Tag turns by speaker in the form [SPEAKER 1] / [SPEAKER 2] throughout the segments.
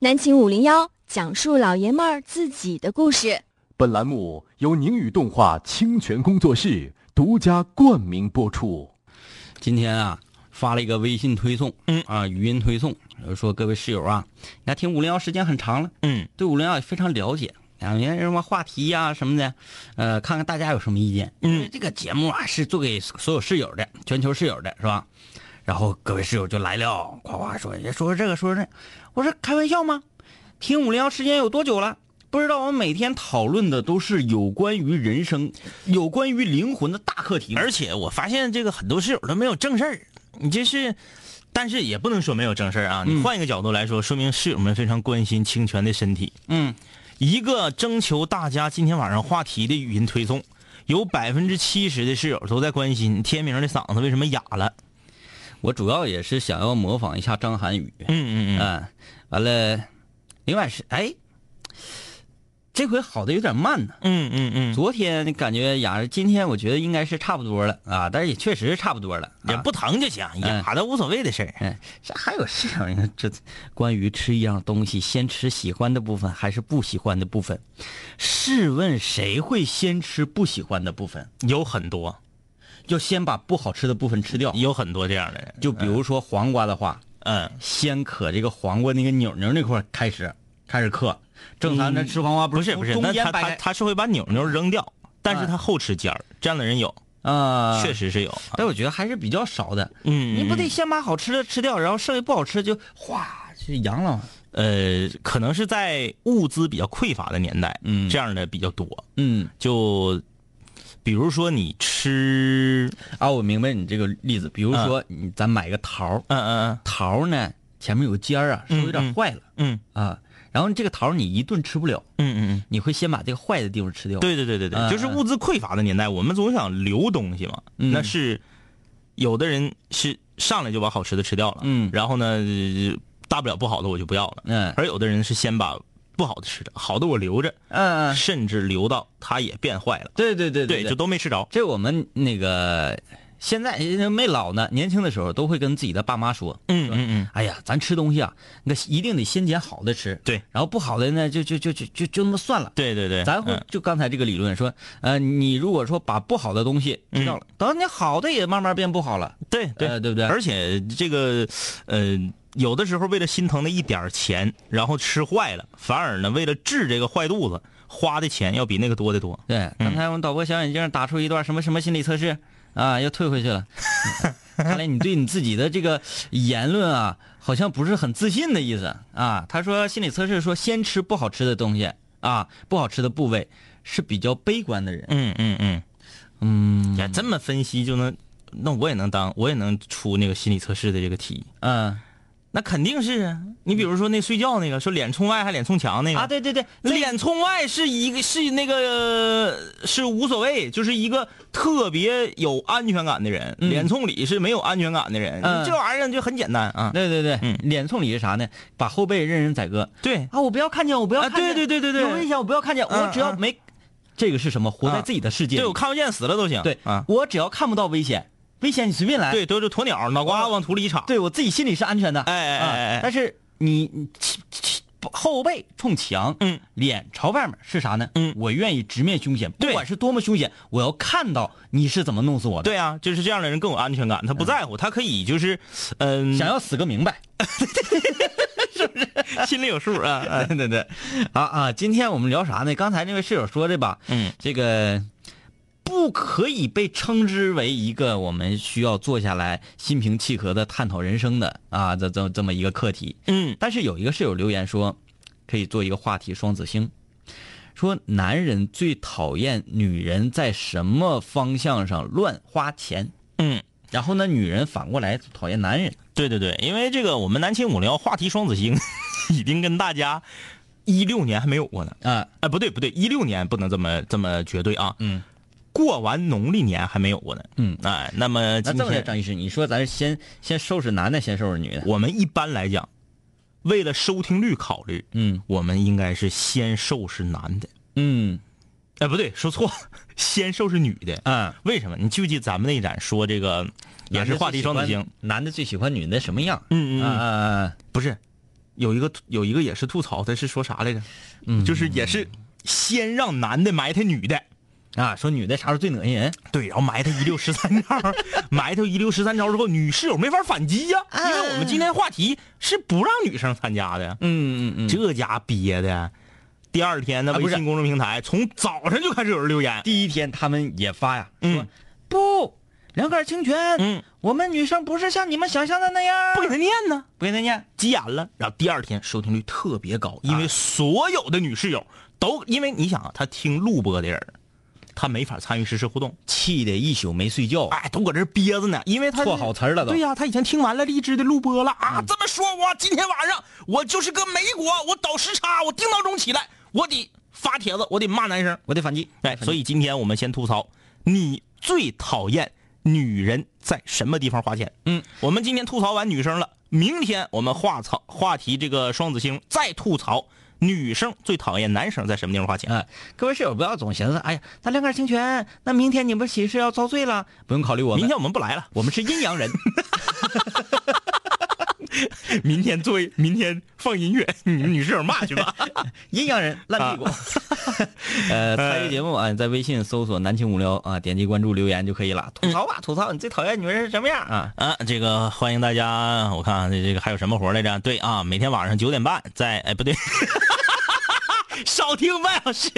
[SPEAKER 1] 南秦五零幺讲述老爷们儿自己的故事。
[SPEAKER 2] 本栏目由宁宇动画清泉工作室独家冠名播出。
[SPEAKER 3] 今天啊，发了一个微信推送，嗯啊，语音推送，呃说各位室友啊，你看听五零幺时间很长了，
[SPEAKER 4] 嗯，
[SPEAKER 3] 对五零幺也非常了解，啊，你看什么话题呀、什么的，呃，看看大家有什么意见，
[SPEAKER 4] 嗯
[SPEAKER 3] 因为这个节目啊是做给所有室友的，全球室友的是吧？然后各位室友就来了，夸夸说，说说这个说这，我说开玩笑吗？听五零幺时间有多久了？不知道我们每天讨论的都是有关于人生、有关于灵魂的大课题吗，
[SPEAKER 4] 而且我发现这个很多室友都没有正事儿，你这是，但是也不能说没有正事儿啊。你换一个角度来说，说明室友们非常关心清泉的身体。
[SPEAKER 3] 嗯，
[SPEAKER 4] 一个征求大家今天晚上话题的语音推送，有百分之七十的室友都在关心天明的嗓子为什么哑了。
[SPEAKER 3] 我主要也是想要模仿一下张涵予，
[SPEAKER 4] 嗯嗯嗯，
[SPEAKER 3] 嗯，完了，另外是哎，这回好的有点慢呢。
[SPEAKER 4] 嗯嗯嗯，
[SPEAKER 3] 昨天感觉哑，今天我觉得应该是差不多了啊，但是也确实是差不多了。
[SPEAKER 4] 也
[SPEAKER 3] 啊，
[SPEAKER 4] 不疼就行，哑的无所谓的事儿。
[SPEAKER 3] 嗯，这还有事情呢。这关于吃一样东西，先吃喜欢的部分还是不喜欢的部分？试问谁会先吃不喜欢的部分？
[SPEAKER 4] 有很多，
[SPEAKER 3] 要先把不好吃的部分吃掉。
[SPEAKER 4] 有很多这样的人。
[SPEAKER 3] 就比如说黄瓜的话，
[SPEAKER 4] 嗯，
[SPEAKER 3] 先可这个黄瓜那个扭扭那块儿开始开始嗑。正常咱吃黄瓜
[SPEAKER 4] 不是
[SPEAKER 3] 嗯
[SPEAKER 4] 不
[SPEAKER 3] 不
[SPEAKER 4] 是，
[SPEAKER 3] 中
[SPEAKER 4] 那
[SPEAKER 3] 间
[SPEAKER 4] 他
[SPEAKER 3] 掰
[SPEAKER 4] 他
[SPEAKER 3] 开
[SPEAKER 4] 他是会把扭扭扔掉，但是他后吃尖儿，这样的人有，
[SPEAKER 3] 啊，
[SPEAKER 4] 确，实是有。
[SPEAKER 3] 但我觉得还是比较少的。
[SPEAKER 4] 嗯
[SPEAKER 3] 你不得先把好吃的吃掉，然后剩下不好吃就哗就扬了嘛。
[SPEAKER 4] 呃，可能是在物资比较匮乏的年代，
[SPEAKER 3] 嗯
[SPEAKER 4] 这样的比较多。
[SPEAKER 3] 嗯，
[SPEAKER 4] 就比如说你吃，
[SPEAKER 3] 啊，我明白你这个例子。比如说，你咱买个桃儿，
[SPEAKER 4] 嗯嗯
[SPEAKER 3] 桃儿呢前面有尖儿啊，稍微有点坏了
[SPEAKER 4] 嗯
[SPEAKER 3] 啊，然后这个桃儿你一顿吃不了，
[SPEAKER 4] 嗯嗯嗯，
[SPEAKER 3] 你会先把这个坏的地方吃掉。，
[SPEAKER 4] 对对对对对，
[SPEAKER 3] 嗯
[SPEAKER 4] 就是物资匮乏的年代，我们总想留东西嘛。
[SPEAKER 3] 嗯
[SPEAKER 4] 那是有的人是上来就把好吃的吃掉了，
[SPEAKER 3] 嗯
[SPEAKER 4] 然后呢，呃大不了不好的我就不要了，
[SPEAKER 3] 嗯
[SPEAKER 4] 而有的人是先把不好的吃着，好的我留着，
[SPEAKER 3] 嗯，嗯
[SPEAKER 4] 甚至留到它也变坏了，
[SPEAKER 3] 对对对
[SPEAKER 4] 对，就
[SPEAKER 3] 对，
[SPEAKER 4] 都没吃着。
[SPEAKER 3] 这我们那个现在没老呢，年轻的时候都会跟自己的爸妈说，
[SPEAKER 4] 嗯嗯嗯，
[SPEAKER 3] 哎呀，咱吃东西啊，那一定得先捡好的吃，
[SPEAKER 4] 对，
[SPEAKER 3] 然后不好的呢，就就就就就就那么算了。
[SPEAKER 4] 对对对，
[SPEAKER 3] 咱会
[SPEAKER 4] 嗯
[SPEAKER 3] 就刚才这个理论说，呃，你如果说把不好的东西知道了，等你好的也慢慢变不好了，
[SPEAKER 4] 对嗯对、
[SPEAKER 3] 呃对不对
[SPEAKER 4] 而且这个呃，有的时候为了心疼那一点儿钱，然后吃坏了，反而呢为了治这个坏肚子，花的钱要比那个多得多。
[SPEAKER 3] 对，刚才我们导播小眼镜打出一段什么什么心理测试啊，又退回去了。 看来你对你自己的这个言论啊，好像不是很自信的意思啊。他说心理测试说先吃不好吃的东西啊，不好吃的部位是比较悲观的人。
[SPEAKER 4] 嗯嗯嗯嗯，呀，这么分析就能，那我也能当，我也能出那个心理测试的这个题。
[SPEAKER 3] 嗯
[SPEAKER 4] 那肯定是啊，你比如说那睡觉那个，说脸冲外还脸冲墙那个
[SPEAKER 3] 啊，，对对对，
[SPEAKER 4] 脸冲外是一个是那个是无所谓，就是一个特别有安全感的人；脸冲里是没有安全感的人。
[SPEAKER 3] 嗯
[SPEAKER 4] 这玩意儿就很简单啊。
[SPEAKER 3] 对对对，
[SPEAKER 4] 嗯
[SPEAKER 3] 脸冲里是啥呢？把后背任人宰割。
[SPEAKER 4] 对，
[SPEAKER 3] 啊，我不要看见，我不要
[SPEAKER 4] 啊
[SPEAKER 3] 看见，
[SPEAKER 4] 对对对对对
[SPEAKER 3] 有危险，我不要看见，
[SPEAKER 4] 嗯
[SPEAKER 3] 我只要没，这个是什么？活在
[SPEAKER 4] 嗯
[SPEAKER 3] 自己的世界里。
[SPEAKER 4] 对我看不见死了都行。
[SPEAKER 3] 对
[SPEAKER 4] 啊，
[SPEAKER 3] 我只要看不到危险，危险你随便来。
[SPEAKER 4] 对，都是鸵鸟，脑瓜往土里一插。
[SPEAKER 3] 对我自己心里是安全的。
[SPEAKER 4] 哎哎哎哎
[SPEAKER 3] 啊但是你你起起后背冲墙，
[SPEAKER 4] 嗯，
[SPEAKER 3] 脸朝外面是啥呢？
[SPEAKER 4] 嗯
[SPEAKER 3] 我愿意直面凶险，不
[SPEAKER 4] 对
[SPEAKER 3] 管是多么凶险，我要看到你是怎么弄死我的。
[SPEAKER 4] 对啊，就是这样的人更有安全感，
[SPEAKER 3] 嗯
[SPEAKER 4] 他不在乎，他可以就是，嗯，
[SPEAKER 3] 想要死个明白。
[SPEAKER 4] 心里有数 啊。啊
[SPEAKER 3] 嗯对对对，啊啊！今天我们聊啥呢？刚才那位室友说的吧，
[SPEAKER 4] 嗯，
[SPEAKER 3] 这个不可以被称之为一个我们需要坐下来心平气和的探讨人生的啊，这这这么一个课题。
[SPEAKER 4] 嗯
[SPEAKER 3] 但是有一个室友留言说，可以做一个话题双子星，说男人最讨厌女人在什么方向上乱花钱，
[SPEAKER 4] 嗯，
[SPEAKER 3] 然后呢，女人反过来讨厌男人。
[SPEAKER 4] 对对对，因为这个我们南秦五聊话题双子星 已经跟大家一六年还没有过呢。
[SPEAKER 3] 啊，
[SPEAKER 4] 哎，不对不对，一六年不能这么这么绝对啊。
[SPEAKER 3] 嗯，
[SPEAKER 4] 过完农历年还没有过呢。
[SPEAKER 3] 嗯，
[SPEAKER 4] 哎，那么
[SPEAKER 3] 那
[SPEAKER 4] 今
[SPEAKER 3] 这么的，
[SPEAKER 4] 天
[SPEAKER 3] 张医师，你说咱是先先收拾男的，先收拾女的？
[SPEAKER 4] 我们一般来讲，为了收听率考虑，
[SPEAKER 3] 嗯
[SPEAKER 4] 我们应该是先收拾男的。
[SPEAKER 3] 嗯
[SPEAKER 4] 哎，不对，说错了， 先收拾女的。
[SPEAKER 3] 啊，
[SPEAKER 4] 为什么？你记不记得咱们那一展说这个也是话题双子星？，
[SPEAKER 3] 男的最喜欢女的什么样？
[SPEAKER 4] 嗯嗯嗯
[SPEAKER 3] 啊啊啊！
[SPEAKER 4] 不是，有一个有一个也是吐槽的，是说啥来着？
[SPEAKER 3] 嗯
[SPEAKER 4] 就是也是先让男的埋汰女的，
[SPEAKER 3] 啊，说女的啥时候最恶心人？
[SPEAKER 4] 对，然后埋汰一溜十三招儿，埋汰一溜十三招儿之后，女室友没法反击呀、因为我们今天话题是不让女生参加的。
[SPEAKER 3] 嗯嗯嗯，
[SPEAKER 4] 这家憋的，第二天的
[SPEAKER 3] 啊
[SPEAKER 4] 微
[SPEAKER 3] 不是
[SPEAKER 4] 信公众平台、从早上就开始有人留言，
[SPEAKER 3] 第一天他们也发呀，
[SPEAKER 4] 嗯
[SPEAKER 3] 说不，两杆清泉，
[SPEAKER 4] 嗯，
[SPEAKER 3] 我们女生不是像你们想象的那样，
[SPEAKER 4] 不给他念呢，
[SPEAKER 3] 不给他念，
[SPEAKER 4] 急眼了。然后第二天收听率特别高，因为所有的女室友都，因为你想啊，他听录播的人儿，他没法参与实时互动，
[SPEAKER 3] 气得一宿没睡觉。
[SPEAKER 4] 哎，都搁这憋着呢，因为他
[SPEAKER 3] 错好词儿了都
[SPEAKER 4] 对呀、他已经听完了荔枝的录播了啊。这么说我今天晚上我就是个美国，我倒时差，我定闹钟起来，我得发帖子，我得骂男生。
[SPEAKER 3] 我得反击，
[SPEAKER 4] 哎，所以今天我们先吐槽，你最讨厌女人在什么地方花钱？
[SPEAKER 3] 嗯，
[SPEAKER 4] 我们今天吐槽完女生了，明天我们话槽话题这个双子星再吐槽女生最讨厌男生在什么地方花钱。
[SPEAKER 3] 哎，各位室友不要总寻思，哎呀，那两杆清泉，那明天你们岂是要遭罪了？不用考虑我
[SPEAKER 4] 明
[SPEAKER 3] 们，
[SPEAKER 4] 天我们不来了，
[SPEAKER 3] 我们是阴阳人，
[SPEAKER 4] 明天作为明天放音乐，你们女室友骂去吧。
[SPEAKER 3] 阴阳人烂
[SPEAKER 4] 啊
[SPEAKER 3] 屁股。 呃，参与节目啊，你在微信搜索“南青无聊”啊，点击关注留言就可以了。
[SPEAKER 4] 嗯
[SPEAKER 3] 吐槽吧，吐槽你最讨厌女人是什么样啊？
[SPEAKER 4] 啊，这个欢迎大家，我看看这这个还有什么活来着？对啊，每天晚上九点半在，哎不对， 少听半小时，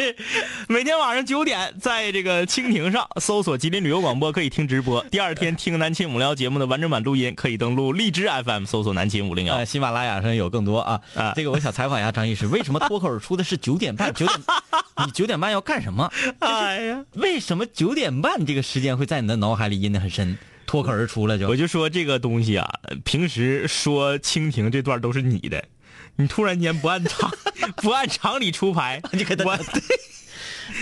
[SPEAKER 4] 每天晚上九点在这个蜻蜓上搜索吉林旅游广播可以听直播，第二天听南秦五零幺节目的完整版录音可以登录荔枝 FM 搜索南秦五零幺
[SPEAKER 3] 呃，。喜马拉雅上有更多啊。
[SPEAKER 4] 啊
[SPEAKER 3] 这个我想采访一下张医师，为什么脱口而出的是九点 半？九点，你九点半要干什么？
[SPEAKER 4] 哎呀，
[SPEAKER 3] 为什么九点半这个时间会在你的脑海里印得很深？脱口而出了就
[SPEAKER 4] 我就说这个东西啊，平时说蜻蜓这段都是你的，你突然间不按常 不按常理出牌，
[SPEAKER 3] 你给他
[SPEAKER 4] 我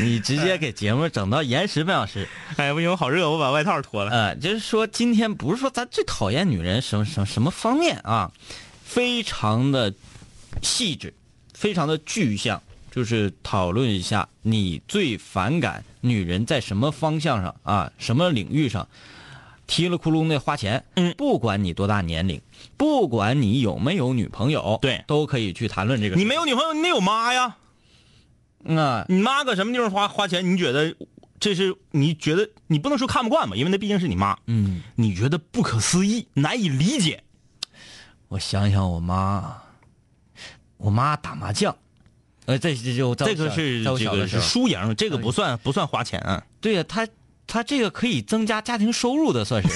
[SPEAKER 3] 你直接给节目整到延时半小时。
[SPEAKER 4] 哎不行，我好热，我把外套脱了。
[SPEAKER 3] 呃，就是说今天不是说咱最讨厌女人什么什么什么方面啊，非常的细致，非常的具象，就是讨论一下你最反感女人在什么方向上啊，什么领域上。提了窟窿的花钱，
[SPEAKER 4] 嗯
[SPEAKER 3] 不管你多大年龄，不管你有没有女朋友，
[SPEAKER 4] 对
[SPEAKER 3] 都可以去谈论这个事。
[SPEAKER 4] 你没有女朋友，你得有妈呀！
[SPEAKER 3] 嗯啊，
[SPEAKER 4] 你妈搁什么地方花花钱？你觉得这是你觉得你不能说看不惯吧，因为那毕竟是你妈。
[SPEAKER 3] 嗯，
[SPEAKER 4] 你觉得不可思议，难以理解。
[SPEAKER 3] 我想想我妈，我妈打麻将，呃，这这就
[SPEAKER 4] 这个是
[SPEAKER 3] 在我
[SPEAKER 4] 这
[SPEAKER 3] 小
[SPEAKER 4] 个
[SPEAKER 3] 的时
[SPEAKER 4] 是
[SPEAKER 3] 候，
[SPEAKER 4] 输赢，这个不算不算花钱啊。
[SPEAKER 3] 对呀、她她这个可以增加家庭收入的，算是。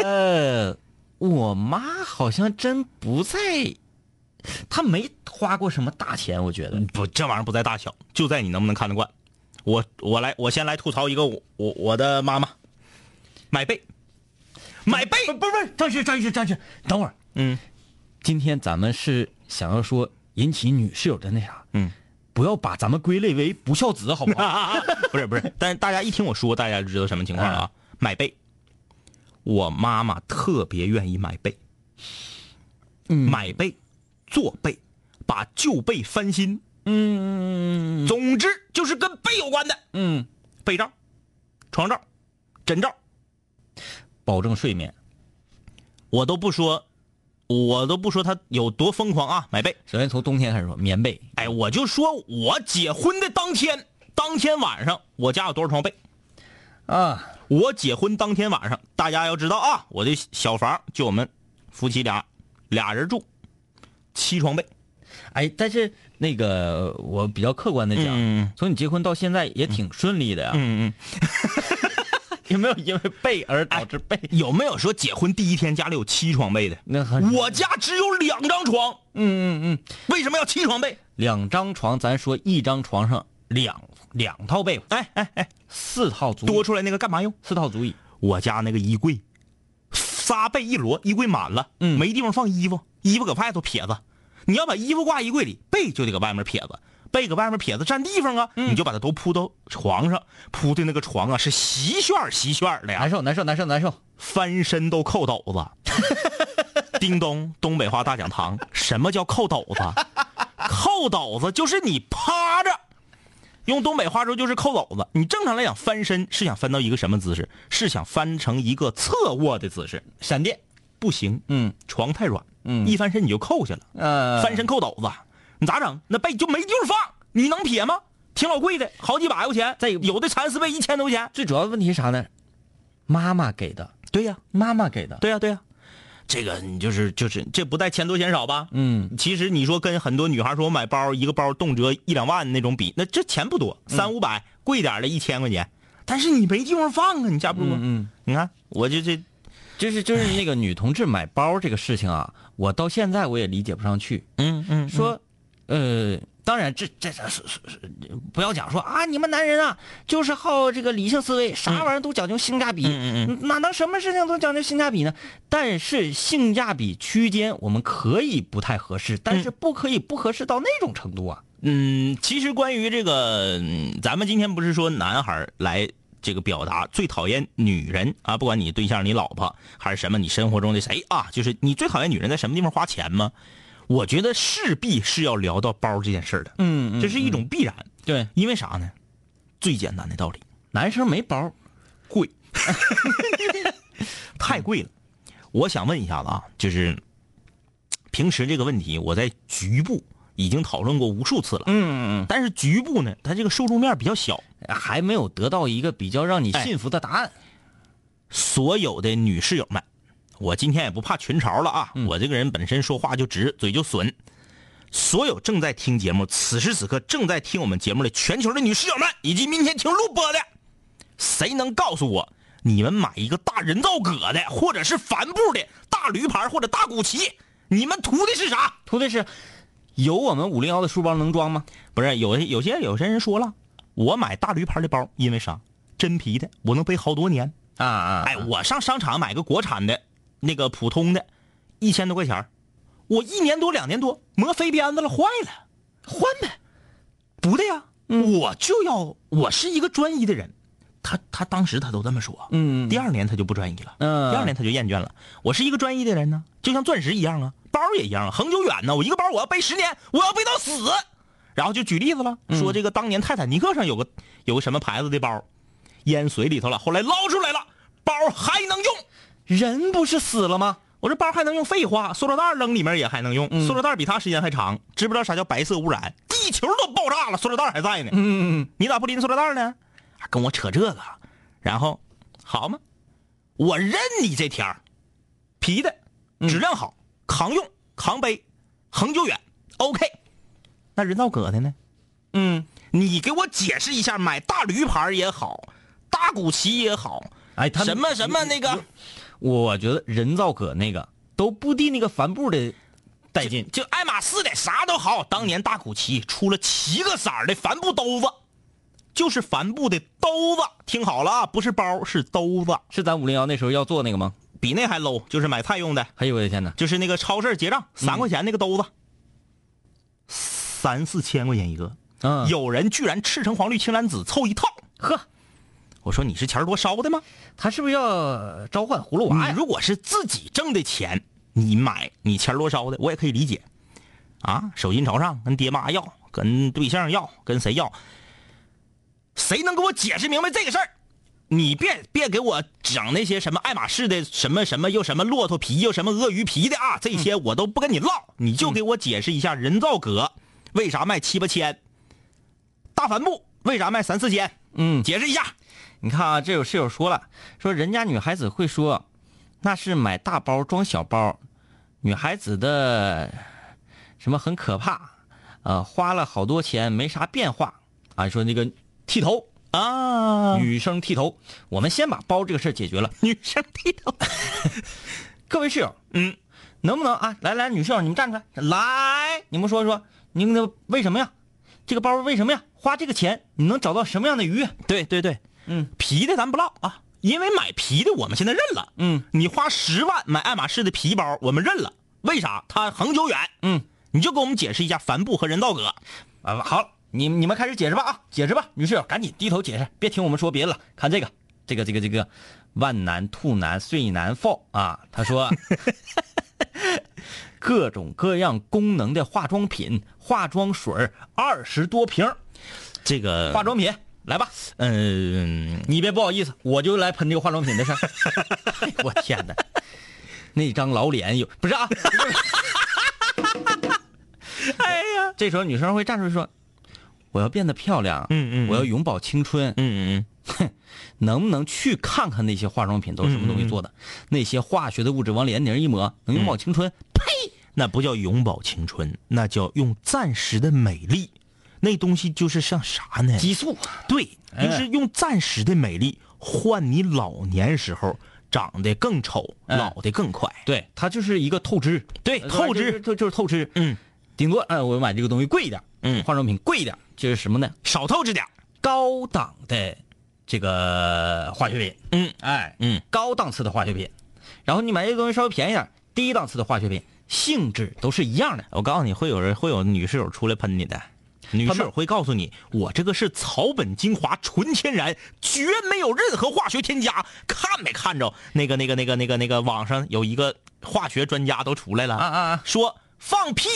[SPEAKER 3] 呃，我妈好像真不在，她没花过什么大钱，我觉得。
[SPEAKER 4] 嗯不，这玩意儿不在大小，就在你能不能看得惯。我我来，我先来吐槽一个我我我的妈妈，买被，买被，
[SPEAKER 3] 不不，张旭张旭张旭，等会儿，
[SPEAKER 4] 嗯，
[SPEAKER 3] 今天咱们是想要说引起女室友的那啥，
[SPEAKER 4] 嗯，
[SPEAKER 3] 不要把咱们归类为不孝子，好 不好？
[SPEAKER 4] 不是不是，但是大家一听我说，大家就知道什么情况了啊？
[SPEAKER 3] 哎
[SPEAKER 4] 买被，我妈妈特别愿意买被，
[SPEAKER 3] 嗯
[SPEAKER 4] 买被，做被，把旧被翻新，
[SPEAKER 3] 嗯
[SPEAKER 4] 总之就是跟被有关的
[SPEAKER 3] 嗯，
[SPEAKER 4] 被罩、床罩、枕罩，
[SPEAKER 3] 保证睡眠。
[SPEAKER 4] 我都不说，我都不说她有多疯狂啊！买被，
[SPEAKER 3] 首先从冬天开始说，棉被
[SPEAKER 4] 哎，我就说我结婚的当天，当天晚上我家有多少床被？
[SPEAKER 3] 啊，
[SPEAKER 4] 我结婚当天晚上，大家要知道啊，我的小房就我们夫妻俩，俩人住，七床被。
[SPEAKER 3] 哎，但是那个我比较客观的讲，
[SPEAKER 4] 嗯
[SPEAKER 3] 从你结婚到现在也挺顺利的呀、
[SPEAKER 4] 嗯嗯，
[SPEAKER 3] 有没有因为被而导致被？
[SPEAKER 4] 有没有说结婚第一天家里有七床被的？
[SPEAKER 3] 那很
[SPEAKER 4] 我家只有两张床，
[SPEAKER 3] 嗯嗯嗯，
[SPEAKER 4] 为什么要七床被？
[SPEAKER 3] 两张床，咱说一张床上两两套被，
[SPEAKER 4] 哎哎哎，
[SPEAKER 3] 四套足
[SPEAKER 4] 多
[SPEAKER 3] 以，
[SPEAKER 4] 出来那个干嘛用？
[SPEAKER 3] 四套足以。
[SPEAKER 4] 我家那个衣柜，仨被一摞，衣柜满了，
[SPEAKER 3] 嗯
[SPEAKER 4] 没地方放衣服，衣服搁外头撇着。你要把衣服挂衣柜里，被就得搁外面撇着，被搁外面撇着占地方啊，你就把它都铺到床上，铺的那个床啊是席旋儿席旋儿的呀
[SPEAKER 3] 难，受，难受，难受，难受。
[SPEAKER 4] 翻身都扣斗子。 叮咚，东北话大讲堂，什么叫扣斗子？扣斗子就是你趴着，用东北话说就是扣斗子。你正常来讲翻身是想翻到一个什么姿势？是想翻成一个侧卧的姿势。
[SPEAKER 3] 闪电，
[SPEAKER 4] 不行，
[SPEAKER 3] 嗯，
[SPEAKER 4] 床太软，
[SPEAKER 3] 嗯
[SPEAKER 4] 一翻身你就扣下了，
[SPEAKER 3] 呃，
[SPEAKER 4] 翻身扣斗子，你咋整？那被就没地方放，你能撇吗？挺老贵的，好几百块钱，
[SPEAKER 3] 再有
[SPEAKER 4] 有的蚕丝被一千多块钱。
[SPEAKER 3] 最主要的问题是啥呢？妈妈给的，
[SPEAKER 4] 对呀、
[SPEAKER 3] 妈妈给的，
[SPEAKER 4] 对呀、对呀、这个你就是就是这不带钱多钱少吧？
[SPEAKER 3] 嗯，
[SPEAKER 4] 其实你说跟很多女孩说我买包，一个包动辄一两万那种比，那这钱不多，
[SPEAKER 3] 嗯
[SPEAKER 4] 三五百，贵点儿的一千块钱，但是你没地方放啊，你架不住啊。
[SPEAKER 3] 嗯
[SPEAKER 4] 你看我就这
[SPEAKER 3] 就是就是那个女同志买包这个事情啊，我到现在我也理解不上去。
[SPEAKER 4] 嗯嗯
[SPEAKER 3] 说，呃，当然这这这是是是，不要讲说啊，你们男人啊，就是好这个理性思维，啥玩意儿都讲究性价比，
[SPEAKER 4] 嗯
[SPEAKER 3] 哪能什么事情都讲究性价比呢？但是性价比区间我们可以不太合适，但是不可以不合适到那种程度啊。
[SPEAKER 4] 嗯，其实关于这个，嗯咱们今天不是说男孩儿来这个表达最讨厌女人啊，不管你对象、你老婆还是什么，你生活中的谁啊，就是你最讨厌女人在什么地方花钱吗？我觉得势必是要聊到包这件事儿的，
[SPEAKER 3] 嗯
[SPEAKER 4] 这是一种必然。
[SPEAKER 3] 对，
[SPEAKER 4] 因为啥呢？最简单的道理，
[SPEAKER 3] 男生没包，
[SPEAKER 4] 贵，太贵了。我想问一下子啊，就是平时这个问题，我在局部已经讨论过无数次了。
[SPEAKER 3] 嗯嗯
[SPEAKER 4] 但是局部呢，它这个受众面比较小。
[SPEAKER 3] 嗯，还没有得到一个比较让你信服的答案。
[SPEAKER 4] 所有的女室友们，我今天也不怕群嘲了啊，
[SPEAKER 3] 嗯
[SPEAKER 4] 我这个人本身说话就直，嘴就损。所有正在听节目，此时此刻正在听我们节目的全球的女室友们，以及明天听录播的，谁能告诉我，你们买一个大人造革的，或者是帆布的大驴牌或者大古奇，你们图的是啥？
[SPEAKER 3] 图的是，有我们五零幺的书包能装吗？
[SPEAKER 4] 不是有些有些有些人说了，我买大驴牌的包，因为啥？真皮的，我能背好多年。
[SPEAKER 3] 啊啊
[SPEAKER 4] 哎，我上商场买个国产的，那个普通的，一千多块钱儿我一年多两年多磨飞鞭子了，坏了，换呗。不对呀、
[SPEAKER 3] 嗯
[SPEAKER 4] 我就要，我是一个专一的人。他他当时他都这么说，
[SPEAKER 3] 嗯嗯
[SPEAKER 4] 第二年他就不专一了，
[SPEAKER 3] 嗯
[SPEAKER 4] 第二年他就厌倦了。我是一个专一的人呢，就像钻石一样啊，包也一样啊，恒久远呢。我一个包我要背十年，我要背到死。然后就举例子了，
[SPEAKER 3] 嗯
[SPEAKER 4] 说这个当年泰坦尼克上有个有个什么牌子的包，淹水里头了，后来捞出来了，包还能用。
[SPEAKER 3] 人不是死了吗？嗯
[SPEAKER 4] 我这包还能用，废话，塑料袋扔里面也还能用，塑料袋比它时间还长。知不知道啥叫白色污染？地球都爆炸了，塑料袋还在呢。
[SPEAKER 3] 嗯，
[SPEAKER 4] 你咋不拎塑料袋呢？还跟我扯这个，然后好吗？我认你这条儿，皮的，
[SPEAKER 3] 嗯
[SPEAKER 4] 质量好，扛用，扛背，恒久远，OK。那人造革的呢？
[SPEAKER 3] 嗯，
[SPEAKER 4] 你给我解释一下，买大驴牌儿也好，大古奇也好，
[SPEAKER 3] 哎，他们
[SPEAKER 4] 什么什么那个，
[SPEAKER 3] 我觉得人造革那个都不敌那个帆布的带劲。
[SPEAKER 4] 就爱马仕的啥都好。当年大古奇出了七个色儿的帆布兜子，就是帆布的兜子，听好了啊，不是包，是兜子。
[SPEAKER 3] 是咱五零幺那时候要做那个吗？
[SPEAKER 4] 比那还 low，就是买菜用的，
[SPEAKER 3] 哎呦我的天哪！
[SPEAKER 4] 就是那个超市结账三块钱那个兜子，三四千块钱一个，
[SPEAKER 3] 嗯，
[SPEAKER 4] 有人居然赤橙黄绿青蓝紫凑一套。
[SPEAKER 3] 呵，
[SPEAKER 4] 我说你是钱儿多烧的吗？
[SPEAKER 3] 他是不是要召唤葫芦娃
[SPEAKER 4] 你
[SPEAKER 3] 呀？
[SPEAKER 4] 嗯如果是自己挣的钱，你买你钱儿多烧的，我也可以理解。啊，手心朝上，跟爹妈要，跟对象要，跟谁要？谁能给我解释明白这个事儿？你别别给我整那些什么爱马仕的什么什么又什么骆驼皮又什么鳄鱼皮的啊，这
[SPEAKER 3] 嗯
[SPEAKER 4] 些我都不跟你唠，你就给我解释一下人造革为啥卖七八千，大帆布为啥卖三四千？
[SPEAKER 3] 嗯，
[SPEAKER 4] 解释一下。
[SPEAKER 3] 你看啊，这有室友说了，说人家女孩子会说，那是买大包装小包，女孩子的什么很可怕，呃，花了好多钱没啥变化啊。说那个剃头，
[SPEAKER 4] 啊，
[SPEAKER 3] 女生剃头，我们先把包这个事儿解决了。
[SPEAKER 4] 女生剃头。
[SPEAKER 3] 各位室友，
[SPEAKER 4] 嗯，
[SPEAKER 3] 能不能啊？来来，女室友，你们站出来，来，你们说说，你那为什么呀？这个包为什么呀？花这个钱，你能找到什么样的鱼？
[SPEAKER 4] 对对对，
[SPEAKER 3] 嗯，
[SPEAKER 4] 皮的咱不唠啊，因为买皮的我们现在认了。
[SPEAKER 3] 嗯，
[SPEAKER 4] 你花十万买爱马仕的皮包，我们认了，为啥？它恒久远。
[SPEAKER 3] 嗯，
[SPEAKER 4] 你就给我们解释一下帆布和人造革。
[SPEAKER 3] 啊，好了，你你们开始解释吧啊，解释吧，女室友，赶紧低头解释，别听我们说别的了。看这个，这个，这个，这个，万男兔男岁男 fall 啊，他说，各种各样功能的化妆品、化妆水二十多瓶儿，
[SPEAKER 4] 这个
[SPEAKER 3] 化，妆品来吧，
[SPEAKER 4] 嗯、
[SPEAKER 3] 哎你别不好意思，我就来喷这个化妆品的事儿。我天哪！那张老脸有不是啊？哎呀，这时候女生会站出来说：“我要变得漂亮，
[SPEAKER 4] 嗯嗯嗯
[SPEAKER 3] 我要永葆青春，
[SPEAKER 4] 嗯嗯
[SPEAKER 3] 能不能去看看那些化妆品都是什么东西做的？那些化学的物质往脸顶上一抹，能永葆青春？
[SPEAKER 4] 嗯，那不叫永葆青春，那叫用暂时的美丽，那东西就是像啥呢？
[SPEAKER 3] 激素。
[SPEAKER 4] 对，就是用暂时的美丽换你老年时候长得更丑，
[SPEAKER 3] 哎
[SPEAKER 4] 老得更快。
[SPEAKER 3] 对，它就是一个透支，
[SPEAKER 4] 对
[SPEAKER 3] 呃
[SPEAKER 4] 透支
[SPEAKER 3] 就就就是透支。
[SPEAKER 4] 嗯，
[SPEAKER 3] 顶多哎、我买这个东西贵一点，
[SPEAKER 4] 嗯
[SPEAKER 3] 化妆品贵一点，就是什么呢？
[SPEAKER 4] 少透支点儿
[SPEAKER 3] 高档的这个化学品，
[SPEAKER 4] 嗯，
[SPEAKER 3] 哎，
[SPEAKER 4] 嗯，
[SPEAKER 3] 高档次的化学品，然后你买这东西稍微便宜点儿，低档次的化学品，性质都是一样的。
[SPEAKER 4] 我告诉你，会有人会有女室友出来喷你的，女室友会告诉你，我这个是草本精华，纯天然，绝没有任何化学添加。看没看着那个那个那个那个那个网上有一个化学专家都出来了
[SPEAKER 3] 啊啊啊
[SPEAKER 4] 说放屁。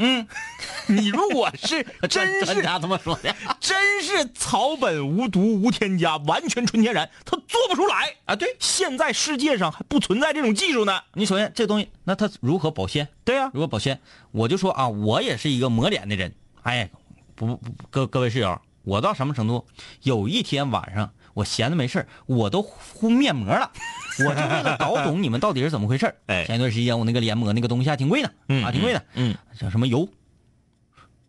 [SPEAKER 3] 嗯，
[SPEAKER 4] 你如果是真
[SPEAKER 3] 专
[SPEAKER 4] 是
[SPEAKER 3] 家 这么说的
[SPEAKER 4] 真是草本无毒无添加，完全纯天然，它做不出来。
[SPEAKER 3] 啊？对，
[SPEAKER 4] 现在世界上还不存在这种技术呢。
[SPEAKER 3] 你首先这东西，那它如何保鲜？
[SPEAKER 4] 对啊呀、
[SPEAKER 3] 如何保鲜？我就说啊，我也是一个抹脸的人。哎，不不，各各位室友，我到什么程度？有一天晚上，我闲的没事儿我都敷面膜了。我就为了搞懂你们到底是怎么回事儿
[SPEAKER 4] 哎
[SPEAKER 3] 前一段时间我那个脸膜那个东西还挺贵的，
[SPEAKER 4] 嗯
[SPEAKER 3] 啊，挺贵的，
[SPEAKER 4] 嗯，
[SPEAKER 3] 叫什么油，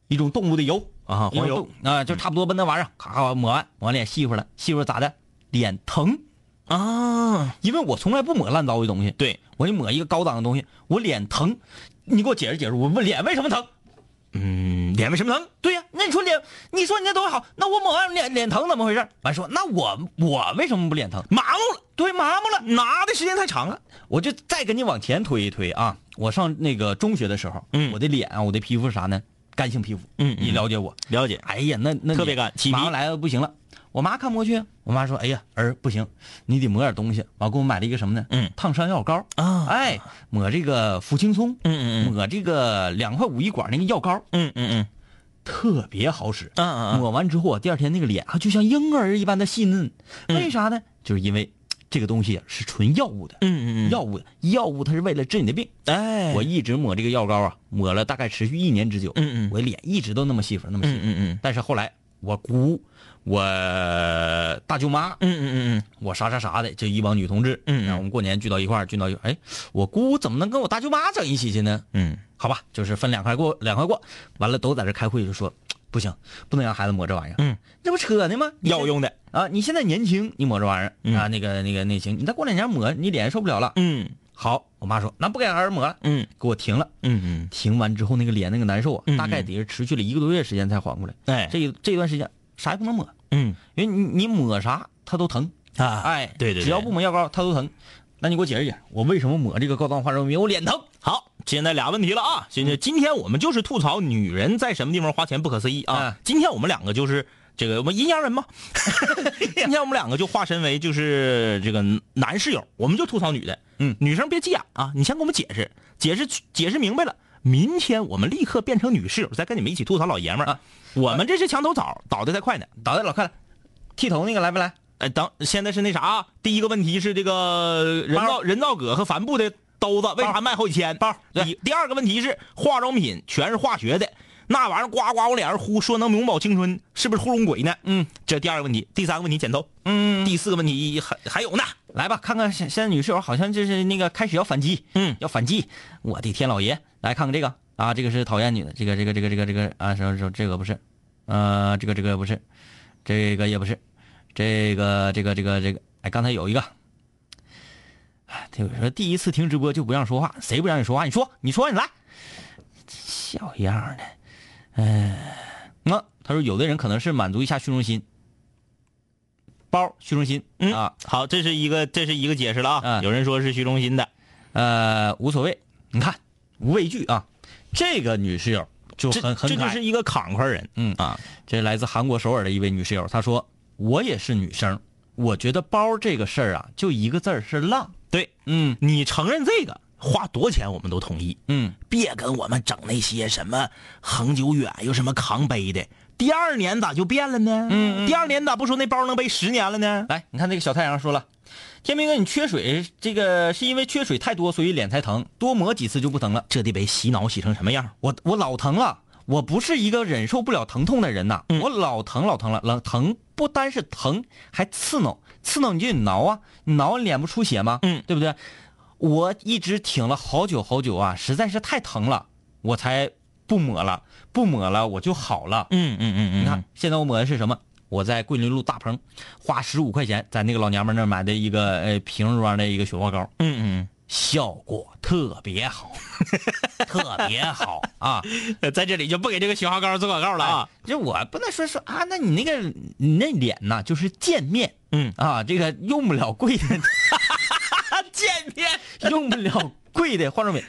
[SPEAKER 3] 一种动物的油
[SPEAKER 4] 啊黄油
[SPEAKER 3] 一种动啊，就差不多吧那玩意儿，咔咔抹完，抹完脸细乎了，细乎咋的？脸疼，
[SPEAKER 4] 啊，
[SPEAKER 3] 因为我从来不抹烂糟的东西，
[SPEAKER 4] 对，
[SPEAKER 3] 我就抹一个高档的东西，我脸疼，你给我解释解释，我问脸为什么疼？
[SPEAKER 4] 嗯，脸为什么疼？
[SPEAKER 3] 对呀、那你说脸，你说人家都还好，那我抹完脸脸疼怎么回事？完说那我我为什么不脸疼？
[SPEAKER 4] 麻木了，
[SPEAKER 3] 对，麻木了。
[SPEAKER 4] 拿的时间太长了。
[SPEAKER 3] 我就再给你往前推一推啊！我上那个中学的时候，
[SPEAKER 4] 嗯
[SPEAKER 3] 我的脸啊，我的皮肤是啥呢？干性皮肤，
[SPEAKER 4] 嗯嗯
[SPEAKER 3] 你了解我？
[SPEAKER 4] 了解，
[SPEAKER 3] 哎呀，那那
[SPEAKER 4] 特别干起皮
[SPEAKER 3] 马上来了不行了。我妈看不过去，我妈说：“哎呀，儿不行，你得抹点东西。”完，给我买了一个什么呢？
[SPEAKER 4] 嗯
[SPEAKER 3] 烫伤药膏
[SPEAKER 4] 啊
[SPEAKER 3] 哎，抹这个福青松，
[SPEAKER 4] 嗯嗯嗯
[SPEAKER 3] 抹这个两块五一管那个药膏，
[SPEAKER 4] 嗯嗯嗯，
[SPEAKER 3] 特别好使。
[SPEAKER 4] 嗯嗯嗯
[SPEAKER 3] 抹完之后，我第二天那个脸啊，就像婴儿一般的细嫩。
[SPEAKER 4] 嗯
[SPEAKER 3] 为啥呢？就是因为这个东西是纯药物的。
[SPEAKER 4] 嗯嗯嗯
[SPEAKER 3] 药物的药物它是为了治你的病。
[SPEAKER 4] 哎，
[SPEAKER 3] 我一直抹这个药膏啊，抹了大概持续一年之久。
[SPEAKER 4] 嗯嗯
[SPEAKER 3] 我脸一直都那么细粉，那么细
[SPEAKER 4] 嗯
[SPEAKER 3] 粉。
[SPEAKER 4] 嗯嗯
[SPEAKER 3] 但是后来我姑、我大舅妈，
[SPEAKER 4] 嗯嗯嗯
[SPEAKER 3] 我啥啥啥的，这一帮女同志，
[SPEAKER 4] 嗯嗯
[SPEAKER 3] 然后我们过年聚到一块儿，聚到一块儿，哎，我姑怎么能跟我大舅妈整一起去呢？
[SPEAKER 4] 嗯
[SPEAKER 3] 好吧，就是分两块过，两块过，完了都在这开会，就说不行，不能让孩子抹这玩意儿，
[SPEAKER 4] 嗯，
[SPEAKER 3] 这不扯呢吗？
[SPEAKER 4] 嗯，药用嗯的，
[SPEAKER 3] 啊，你现在年轻，你抹这玩意儿、啊，那个那个那行，你再过两年抹，你脸受不了了。
[SPEAKER 4] 嗯
[SPEAKER 3] 好，我妈说那不给儿抹了，
[SPEAKER 4] 嗯
[SPEAKER 3] 给我停了。
[SPEAKER 4] 嗯
[SPEAKER 3] 停完之后那个脸那个难受啊，
[SPEAKER 4] 嗯
[SPEAKER 3] 大概得是持续了一个多月时间才缓过来。
[SPEAKER 4] 嗯，哎，
[SPEAKER 3] 这这段时间啥也不能抹，
[SPEAKER 4] 嗯
[SPEAKER 3] 因为你你抹啥它都疼。
[SPEAKER 4] 啊，
[SPEAKER 3] 哎，
[SPEAKER 4] 对对，
[SPEAKER 3] 只要不抹药膏它都疼。那你给我解释解释，我为什么抹这个高档化妆品我脸疼？
[SPEAKER 4] 好，现在俩问题了啊！现
[SPEAKER 3] 嗯
[SPEAKER 4] 在今天我们就是吐槽女人在什么地方花钱不可思议啊！
[SPEAKER 3] 嗯
[SPEAKER 4] 今天我们两个就是这个我们阴阳 人嘛，今天我们两个就化身为就是这个男室友，我们就吐槽女的。
[SPEAKER 3] 嗯，
[SPEAKER 4] 女生别急眼啊，你先给我们解释，解释解释明白了，明天我们立刻变成女室友，再跟你们一起吐槽老爷们儿。
[SPEAKER 3] 啊
[SPEAKER 4] 我们这是墙头草，倒的再快呢。
[SPEAKER 3] 倒在老快了，剃头那个来不来？
[SPEAKER 4] 哎，等现在是那啥啊，第一个问题是这个人造人造革和帆布的兜子为啥卖好几千包？
[SPEAKER 3] 对
[SPEAKER 4] 第第二个问题是化妆品全是化学的，那玩意儿呱呱往脸上呼，说能永葆青春，是不是糊弄鬼呢？
[SPEAKER 3] 嗯，
[SPEAKER 4] 这第二个问题，第三个问题剪头，
[SPEAKER 3] 嗯，
[SPEAKER 4] 第四个问题还还有呢，
[SPEAKER 3] 来吧，看看现现在女室友好像就是那个开始要反击，
[SPEAKER 4] 嗯
[SPEAKER 3] 要反击。我的天老爷，来看看这个啊，这个是讨厌你的，这个这个这个这个这个啊，什么什么这个不是，呃，这个这个不是，这个也不是，这个这个这个这个，哎，刚才有一个，哎，他有说第一次听直播就不让说话，谁不让你说话？你说，你说，你来，小样儿的，哎，啊，他说有的人可能是满足一下虚荣心，包虚荣心、
[SPEAKER 4] 嗯
[SPEAKER 3] 啊，
[SPEAKER 4] 好，这是一个这是一个解释了啊，
[SPEAKER 3] 嗯
[SPEAKER 4] 有人说是虚荣心的，
[SPEAKER 3] 呃，无所谓，你看无畏惧啊。这个女室友就
[SPEAKER 4] 这
[SPEAKER 3] 很很
[SPEAKER 4] 这
[SPEAKER 3] 可
[SPEAKER 4] 就
[SPEAKER 3] 爱
[SPEAKER 4] 是一个慷慨人，
[SPEAKER 3] 嗯
[SPEAKER 4] 啊，
[SPEAKER 3] 这来自韩国首尔的一位女室友，她说：“我也是女生，我觉得包这个事儿啊，就一个字儿是浪。
[SPEAKER 4] 对”
[SPEAKER 3] 嗯，
[SPEAKER 4] 你承认这个，花多少钱我们都同意。
[SPEAKER 3] 嗯，
[SPEAKER 4] 别跟我们整那些什么恒久远又什么扛背的。第二年咋就变了呢？嗯，第二年咋不说那包能背十年了呢？
[SPEAKER 3] 来，你看这个小太阳说了，天明哥，啊你缺水，这个是因为缺水太多，所以脸才疼，多抹几次就不疼了。
[SPEAKER 4] 这得被洗脑洗成什么样？
[SPEAKER 3] 我我老疼了，我不是一个忍受不了疼痛的人呐，
[SPEAKER 4] 嗯
[SPEAKER 3] 我老疼老疼了，老疼不单是疼，还刺挠，刺挠你就得挠啊，你挠脸不出血吗？
[SPEAKER 4] 嗯，
[SPEAKER 3] 对不对？我一直挺了好久好久啊，实在是太疼了，我才不抹了，不抹了我就好了。
[SPEAKER 4] 嗯嗯嗯嗯
[SPEAKER 3] 你看现在我抹的是什么？我在桂林路大棚花十五块钱，在那个老娘们那儿买的一个呃瓶装的一个雪花膏，
[SPEAKER 4] 嗯
[SPEAKER 3] 效果特别好，特别好啊！
[SPEAKER 4] 嗯， 在这里就不给这个雪花膏做广告了啊。
[SPEAKER 3] 哎，就我不能说说啊，那你那个你那脸呐，就是见面，
[SPEAKER 4] 嗯
[SPEAKER 3] 啊，这个用不了 贵的，
[SPEAKER 4] 见面，
[SPEAKER 3] 用不了贵的化妆品。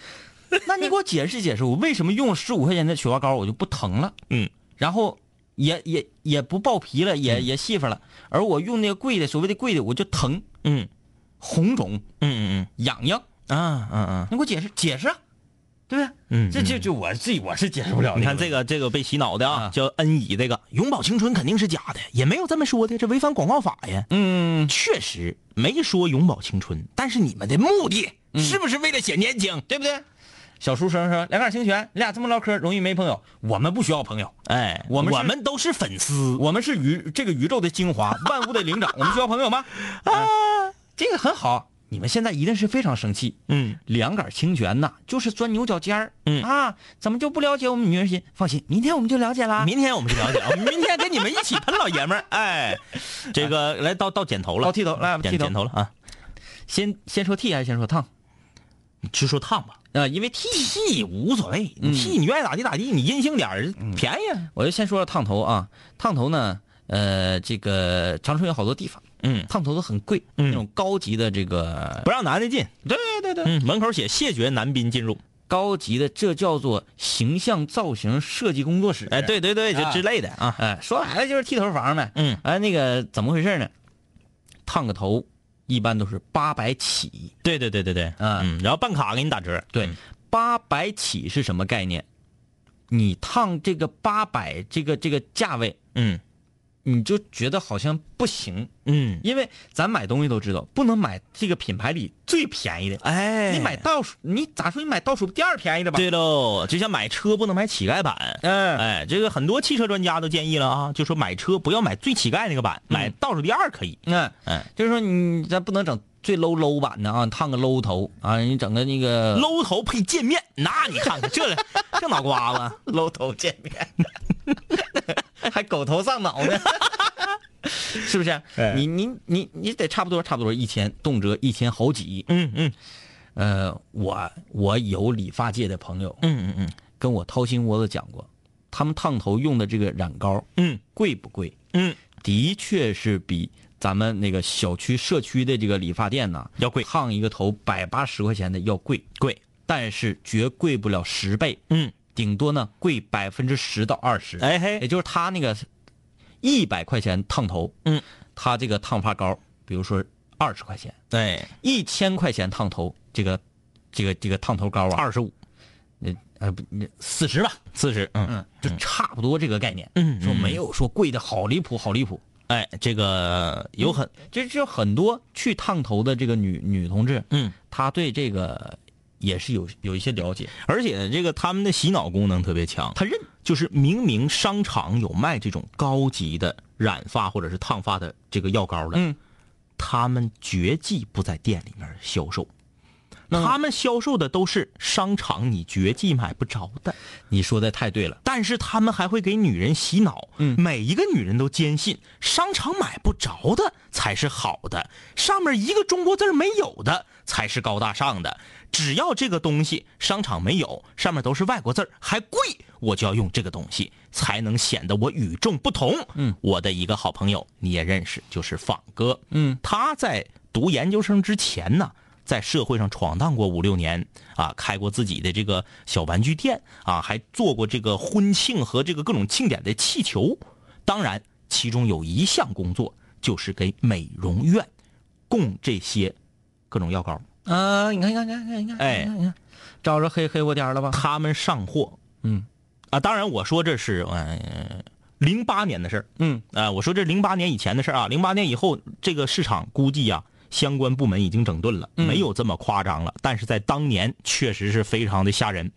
[SPEAKER 3] 那你给我解释解释，我为什么用十五块钱的雪花膏我就不疼了？
[SPEAKER 4] 嗯，
[SPEAKER 3] 然后也也也不爆皮了，也也细发了，而我用那个贵的，所谓的贵的，我就疼、
[SPEAKER 4] 嗯
[SPEAKER 3] 红肿、
[SPEAKER 4] 嗯嗯
[SPEAKER 3] 痒痒。
[SPEAKER 4] 嗯啊嗯嗯
[SPEAKER 3] 你给我解释解释啊，对不对？
[SPEAKER 4] 嗯
[SPEAKER 3] 这这就我自己我是解释不了。
[SPEAKER 4] 你看这，个这个被洗脑的啊
[SPEAKER 3] 啊，
[SPEAKER 4] 叫恩乙这个永葆青春肯定是假的，也没有这么说的，这违反广告法呀。
[SPEAKER 3] 嗯，
[SPEAKER 4] 确实没说永葆青春，但是你们的目的是不是为了显年轻？
[SPEAKER 3] 对不对？小书生说：“两杆清泉，你俩这么唠嗑容易没朋友。我们不需要朋友，
[SPEAKER 4] 哎，
[SPEAKER 3] 我们是
[SPEAKER 4] 我们都是粉丝，
[SPEAKER 3] 我们是宇这个宇宙的精华，万物的灵长。我们需要朋友吗？啊，这个很好。你们现在一定是非常生气。
[SPEAKER 4] 嗯，
[SPEAKER 3] 两杆清泉呐，就是钻牛角尖儿。
[SPEAKER 4] 嗯
[SPEAKER 3] 啊，怎么就不了解我们女人心？放心，啊明天我们就了解 啦。
[SPEAKER 4] 明天我们就了解，我们明天跟你们一起喷老爷们儿。哎，这个来到到剪头了，
[SPEAKER 3] 到剃头来
[SPEAKER 4] 剪
[SPEAKER 3] 剃头
[SPEAKER 4] 剪头了啊！
[SPEAKER 3] 先先说剃还是先说烫？
[SPEAKER 4] 你就说烫吧，
[SPEAKER 3] 啊，因为剃，
[SPEAKER 4] 剃无所谓，你剃你愿意咋地咋地，你阴性点儿便宜啊。
[SPEAKER 3] 我就先说了烫头啊。烫头呢，呃，这个长春有好多地方，
[SPEAKER 4] 嗯，
[SPEAKER 3] 烫头都很贵，
[SPEAKER 4] 嗯
[SPEAKER 3] 那种高级的这个，
[SPEAKER 4] 不让男的进，
[SPEAKER 3] 对对对，
[SPEAKER 4] 嗯，门口写谢绝男宾进入。
[SPEAKER 3] 高级的，这叫做形象造型设计工作室。
[SPEAKER 4] 哎，，对对对，就
[SPEAKER 3] 啊
[SPEAKER 4] 之类的啊。
[SPEAKER 3] 哎，说白了就是剃头房呗。
[SPEAKER 4] 嗯，
[SPEAKER 3] 哎，那个怎么回事呢？烫个头一般都是八百起，
[SPEAKER 4] 对对对对对，嗯，然后办卡给你打折。
[SPEAKER 3] 对，八百起是什么概念？你烫这个八百这个这个价位，
[SPEAKER 4] 嗯
[SPEAKER 3] 你就觉得好像不行，
[SPEAKER 4] 嗯，
[SPEAKER 3] 因为咱买东西都知道，不能买这个品牌里最便宜的。
[SPEAKER 4] 哎，
[SPEAKER 3] 你买倒数，你咋说？你买倒数第二便宜的吧？，
[SPEAKER 4] 对喽，就像买车不能买乞丐版。
[SPEAKER 3] 嗯，
[SPEAKER 4] 哎，这个很多汽车专家都建议了啊，就说买车不要买最乞丐那个版，买倒数第二可以。
[SPEAKER 3] 嗯，
[SPEAKER 4] 哎，
[SPEAKER 3] 就是说你咱不能整最 low low 版的啊，烫个 low 头啊，你整个那个
[SPEAKER 4] 搂头配见面，那你看看 这这脑瓜子，
[SPEAKER 3] low 头见面， 还狗头上脑呢，是不是？
[SPEAKER 4] 哎
[SPEAKER 3] 你你你你得差不多差不多一千，动辄一千好几。
[SPEAKER 4] 嗯嗯
[SPEAKER 3] 呃，我我有理发界的朋友
[SPEAKER 4] 嗯嗯嗯
[SPEAKER 3] 跟我掏心窝子讲过，他们烫头用的这个染膏
[SPEAKER 4] 嗯
[SPEAKER 3] 贵不贵？
[SPEAKER 4] 嗯，
[SPEAKER 3] 的确是比咱们那个小区社区的这个理发店呢
[SPEAKER 4] 要贵
[SPEAKER 3] 烫一个头百八十块钱的要贵，
[SPEAKER 4] 贵，
[SPEAKER 3] 但是绝贵不了十倍，
[SPEAKER 4] 嗯，
[SPEAKER 3] 顶多呢贵百分之十到二十。，
[SPEAKER 4] 哎嘿，
[SPEAKER 3] 也就是他那个一百块钱烫头，
[SPEAKER 4] 嗯，
[SPEAKER 3] 他这个烫发膏，比如说二十块钱，
[SPEAKER 4] 对，
[SPEAKER 3] 一千块钱烫头，这个这个这个烫头膏啊，
[SPEAKER 4] 二十五
[SPEAKER 3] 呃不四十吧，
[SPEAKER 4] 四十，嗯
[SPEAKER 3] 嗯，就差不多这个概念，
[SPEAKER 4] 嗯嗯
[SPEAKER 3] 说没有说贵的好离谱，好离谱。嗯
[SPEAKER 4] 哎，这个有很
[SPEAKER 3] 这就很多去烫头的这个女女同志，
[SPEAKER 4] 嗯，
[SPEAKER 3] 她对这个也是有有一些了解，
[SPEAKER 4] 而且这个他们的洗脑功能特别强，
[SPEAKER 3] 她认
[SPEAKER 4] 就是明明商场有卖这种高级的染发或者是烫发的这个药膏的，
[SPEAKER 3] 嗯，
[SPEAKER 4] 他们绝技不在店里面销售，他们销售的都是商场你绝技买不着的，
[SPEAKER 3] 你说的太对了，
[SPEAKER 4] 但是他们还会给女人洗脑，
[SPEAKER 3] 嗯
[SPEAKER 4] 每一个女人都坚信商场买不着的才是好的，上面一个中国字儿没有的才是高大上的，只要这个东西商场没有，上面都是外国字儿还贵，我就要用这个东西才能显得我与众不同。嗯，我的一个好朋友你也认识，就是仿哥，
[SPEAKER 3] 嗯，
[SPEAKER 4] 他在读研究生之前呢。在社会上闯荡过五六年啊，开过自己的这个小玩具店啊，还做过这个婚庆和这个各种庆典的气球。当然，其中有一项工作就是给美容院供这些各种药膏。
[SPEAKER 3] 啊，你看，你看，你看，你看，
[SPEAKER 4] 哎
[SPEAKER 3] 你看，你看，找着黑黑窝颠了吧？
[SPEAKER 4] 他们上货，
[SPEAKER 3] 嗯
[SPEAKER 4] 啊，当然我说这是嗯零八年的事儿，
[SPEAKER 3] 嗯，
[SPEAKER 4] 啊，我说这零八年以前的事儿啊，零八年以后这个市场估计啊，相关部门已经整顿了，
[SPEAKER 3] 嗯
[SPEAKER 4] 没有这么夸张了，但是在当年确实是非常的吓人，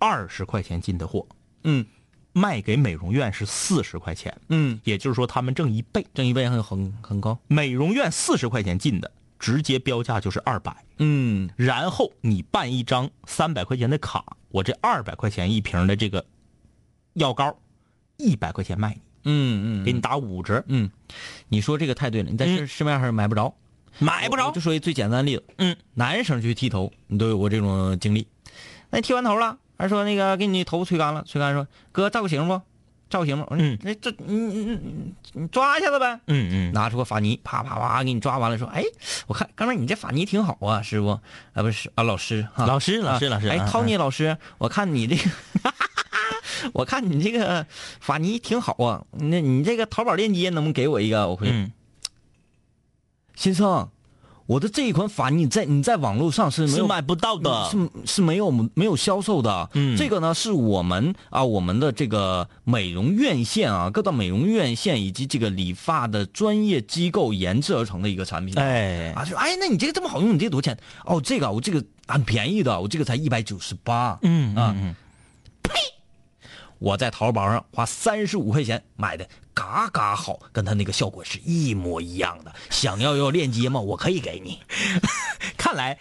[SPEAKER 4] 二十块钱进的货
[SPEAKER 3] 嗯
[SPEAKER 4] 卖给美容院是四十块钱，
[SPEAKER 3] 嗯，
[SPEAKER 4] 也就是说他们挣一倍，
[SPEAKER 3] 正一倍很很很高。
[SPEAKER 4] 美容院四十块钱进的，直接标价就是二百。
[SPEAKER 3] 嗯
[SPEAKER 4] 然后你办一张三百块钱的卡，我这二百块钱一瓶的这个药膏，一百块钱卖你，
[SPEAKER 3] 嗯嗯，
[SPEAKER 4] 给你打五折，
[SPEAKER 3] 嗯，你说这个太对了，你在市市面上买不着，
[SPEAKER 4] 嗯买不
[SPEAKER 3] 我
[SPEAKER 4] 着
[SPEAKER 3] 我就。说一最简单的例子，
[SPEAKER 4] 嗯，
[SPEAKER 3] 男生去剃头，你都有过这种经历。那剃完头了，还说那个给你头发吹干了，吹干说哥造个型不？造个型不？我说
[SPEAKER 4] 嗯
[SPEAKER 3] 那这你你你你抓一下子呗。
[SPEAKER 4] 嗯嗯，
[SPEAKER 3] 拿出个法泥，啪啪啪给你抓完了，说：“哎，我看哥们儿你这法泥挺好啊，师傅啊，不是啊，老师哈，
[SPEAKER 4] 老师老师
[SPEAKER 3] 啊
[SPEAKER 4] 老师
[SPEAKER 3] 哎
[SPEAKER 4] 嗯
[SPEAKER 3] ，Tony 老师，我看你这个，我看你这个法泥挺好啊，那你这个淘宝链接能不能给我一个？我回去
[SPEAKER 4] 嗯，
[SPEAKER 3] 先生，我的这一款法泥在你在网络上是没
[SPEAKER 4] 是
[SPEAKER 3] 有
[SPEAKER 4] 买不到的。
[SPEAKER 3] 是是没有没有销售的。
[SPEAKER 4] 嗯
[SPEAKER 3] 这个呢是我们啊，我们的这个美容院线啊，各大美容院线以及这个理发的专业机构研制而成的一个产品。
[SPEAKER 4] 哎，
[SPEAKER 3] 啊，就哎，那你这个这么好用，你这个多少钱？哦，这个啊我这个很便宜的，我这个才一百九十八。
[SPEAKER 4] 嗯
[SPEAKER 3] 啊
[SPEAKER 4] 嗯，嗯
[SPEAKER 3] 我在淘宝上花三十五块钱买的，嘎嘎好，跟它那个效果是一模一样的。想要要链接吗？我可以给你。
[SPEAKER 4] 看来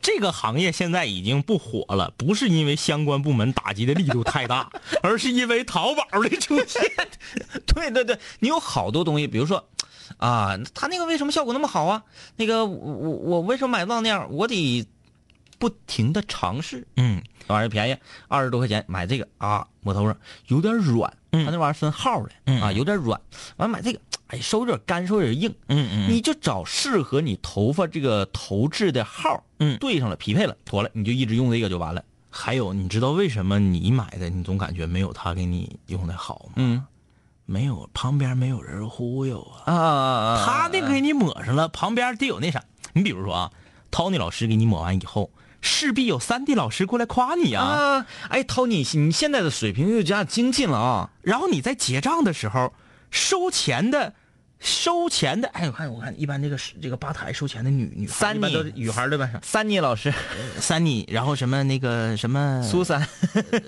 [SPEAKER 4] 这个行业现在已经不火了，不是因为相关部门打击的力度太大，而是因为淘宝的出现。
[SPEAKER 3] 对对对，你有好多东西，比如说，啊，他那个为什么效果那么好啊？那个我我我为什么买不到那样？我得不停的尝试。
[SPEAKER 4] 嗯，
[SPEAKER 3] 那玩意儿便宜，二十多块钱买这个啊，抹头上有点软，
[SPEAKER 4] 嗯
[SPEAKER 3] 它那玩意儿分号的、啊，有点软。完买这个，哎，手有点干，手有点硬。
[SPEAKER 4] 嗯嗯
[SPEAKER 3] 你就找适合你头发这个头质的号，
[SPEAKER 4] 嗯
[SPEAKER 3] 对上了，匹配了，妥了，你就一直用这个就完了。
[SPEAKER 4] 还有，你知道为什么你买的你总感觉没有他给你用的好吗？
[SPEAKER 3] 嗯
[SPEAKER 4] 没有，旁边没有人忽悠啊。
[SPEAKER 3] 啊啊啊啊！
[SPEAKER 4] 他那给你抹上了，旁边得有那啥。你比如说啊，Tony 老师给你抹完以后，势必有三 D 老师过来夸你啊。
[SPEAKER 3] 啊，哎，涛，你你现在的水平又加精进了啊！
[SPEAKER 4] 然后你在结账的时候，收钱的，收钱的，哎，我看我看，一般这个是这个吧台收钱的女女孩
[SPEAKER 3] 三
[SPEAKER 4] 一般
[SPEAKER 3] 妮
[SPEAKER 4] 都是女孩对吧？嗯
[SPEAKER 3] 三妮老师，
[SPEAKER 4] 三妮，然后什么那个什么
[SPEAKER 3] 苏珊，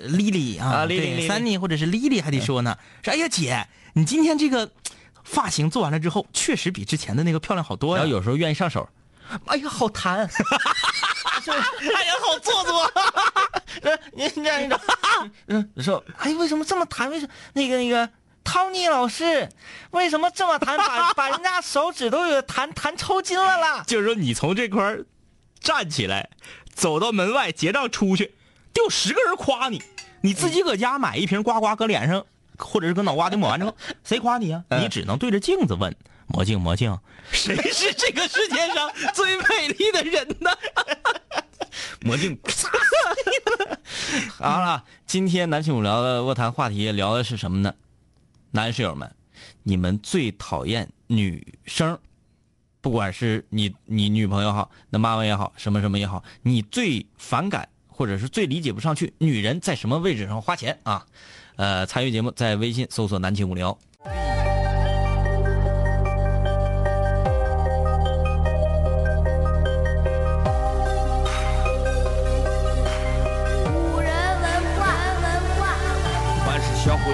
[SPEAKER 4] 丽丽啊，
[SPEAKER 3] 啊
[SPEAKER 4] 对
[SPEAKER 3] 丽丽丽丽
[SPEAKER 4] 三妮或者是丽丽还得说呢，说哎呀姐，你今天这个发型做完了之后，确实比之前的那个漂亮好多
[SPEAKER 3] 然
[SPEAKER 4] 呀
[SPEAKER 3] 后。有时候愿意上手。哎呀，好弹！
[SPEAKER 4] 哎呀，好做 作。
[SPEAKER 3] 你这样一整，嗯，说，哎，为什么这么弹？为什那个那个涛妮老师，为什么这么弹？ 把把人家手指都有弹弹抽筋了啦！
[SPEAKER 4] 就是说你从这块儿站起来，走到门外结账出去，得有十个人夸你。你自己搁家买一瓶呱呱，搁脸上或者是搁脑瓜顶抹完之后，谁夸你啊？
[SPEAKER 3] 嗯
[SPEAKER 4] 你只能对着镜子问魔镜魔镜，谁是这个世界上最美丽的人呢？
[SPEAKER 3] 魔镜。 好了，今天男性我聊的卧谈话题聊的是什么呢？男室友们，你们最讨厌女生，不管是你你女朋友好，那妈妈也好，什么什么也好，你最反感或者是最理解不上去女人在什么位置上花钱啊？呃，参与节目在微信搜索“南秦五聊”。
[SPEAKER 5] 古人文化，文化。
[SPEAKER 6] 凡是想毁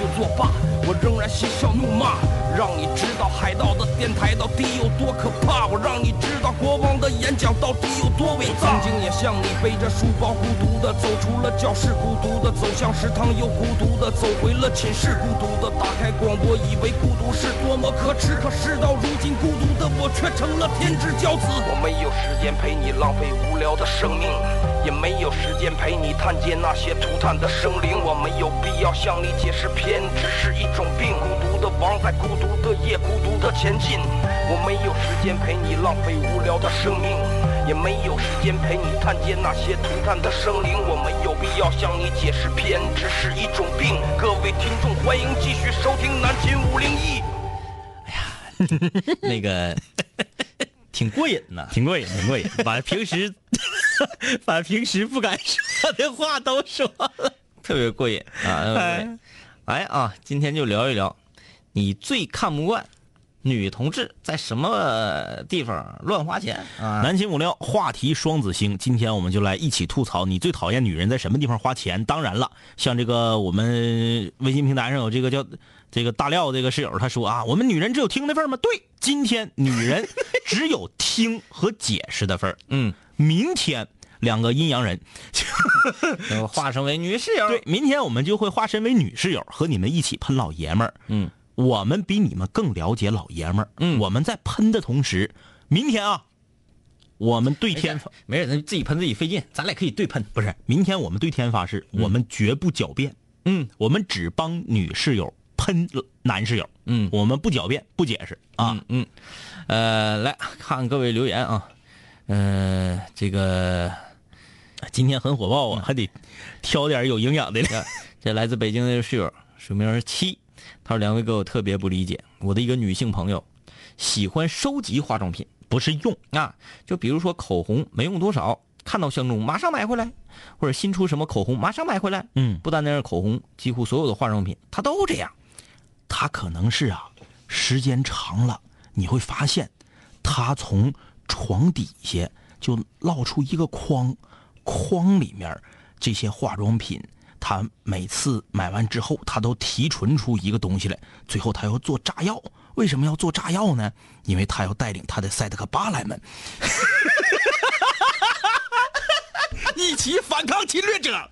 [SPEAKER 6] 就作罢，我仍然嬉笑怒骂，让你知道海盗的电台到底有多可怕，我让你知道国王的演讲到底有多伟大。曾经也像你背着书包孤独的走出了教室，孤独的走向食堂，又孤独的走回了寝室，孤独的打开广播，以为孤独是多么可耻，可事到如今，孤独的我却成了天之骄子。我没有时间陪你浪费无聊的生命，也没有时间陪你探街那些涂炭的生灵。我没有必要向你解释，偏执是一种病。孤独的王在孤独的夜，孤独的前进。我没有时间陪你浪费无聊的生命，也没有时间陪你探街那些涂炭的生灵。我没有必要向你解释，偏执是一种病。各位听众，欢迎继续收听南秦五零一。
[SPEAKER 4] 那 个挺过瘾呐，
[SPEAKER 3] 挺过瘾，挺过瘾，把平时 把平时不敢说的话都说了。
[SPEAKER 4] 特别过瘾啊！
[SPEAKER 3] 哎
[SPEAKER 4] 哎哎啊，今天就聊一聊，你最看不惯女同志在什么地方乱花钱啊？南秦五六话题双子星，今天我们就来一起吐槽你最讨厌女人在什么地方花钱。当然了，像这个我们微信平台上有这个叫这个大廖这个室友，他说啊，我们女人只有听的份儿吗？对，今天女人只有听和解释的份儿。嗯，明天两个阴阳人。呃
[SPEAKER 3] 我化身为女室友，
[SPEAKER 4] 对，明天我们就会化身为女室友，和你们一起喷老爷们儿。嗯，我们比你们更了解老爷们儿。嗯，我们在喷的同时，明天啊，我们对天发
[SPEAKER 3] 没事，咱自己喷自己费劲，咱俩可以对喷。
[SPEAKER 4] 不是，明天我们对天发誓，我们绝不狡辩。嗯，我们只帮女室友喷男室友。
[SPEAKER 3] 嗯
[SPEAKER 4] 我们不狡辩，不解释啊。
[SPEAKER 3] 嗯，呃，来看各位留言啊，嗯、
[SPEAKER 4] 呃
[SPEAKER 3] 这个
[SPEAKER 4] 今天很火爆啊，还得挑点有营养的。
[SPEAKER 3] 这这来自北京的室友署名七，他说两位哥我特别不理解，我的一个女性朋友喜欢收集化妆品，
[SPEAKER 4] 不是用，
[SPEAKER 3] 啊，就比如说口红没用多少，看到相中马上买回来，或者新出什么口红马上买回来。
[SPEAKER 4] 嗯
[SPEAKER 3] 不单单是口红，几乎所有的化妆品它都这样。
[SPEAKER 4] 他可能是啊，时间长了，你会发现，他从床底下就落出一个筐，筐里面这些化妆品，他每次买完之后，他都提纯出一个东西来，最后他要做炸药。为什么要做炸药呢？因为他要带领他的赛德克巴莱们一起反抗侵略 者。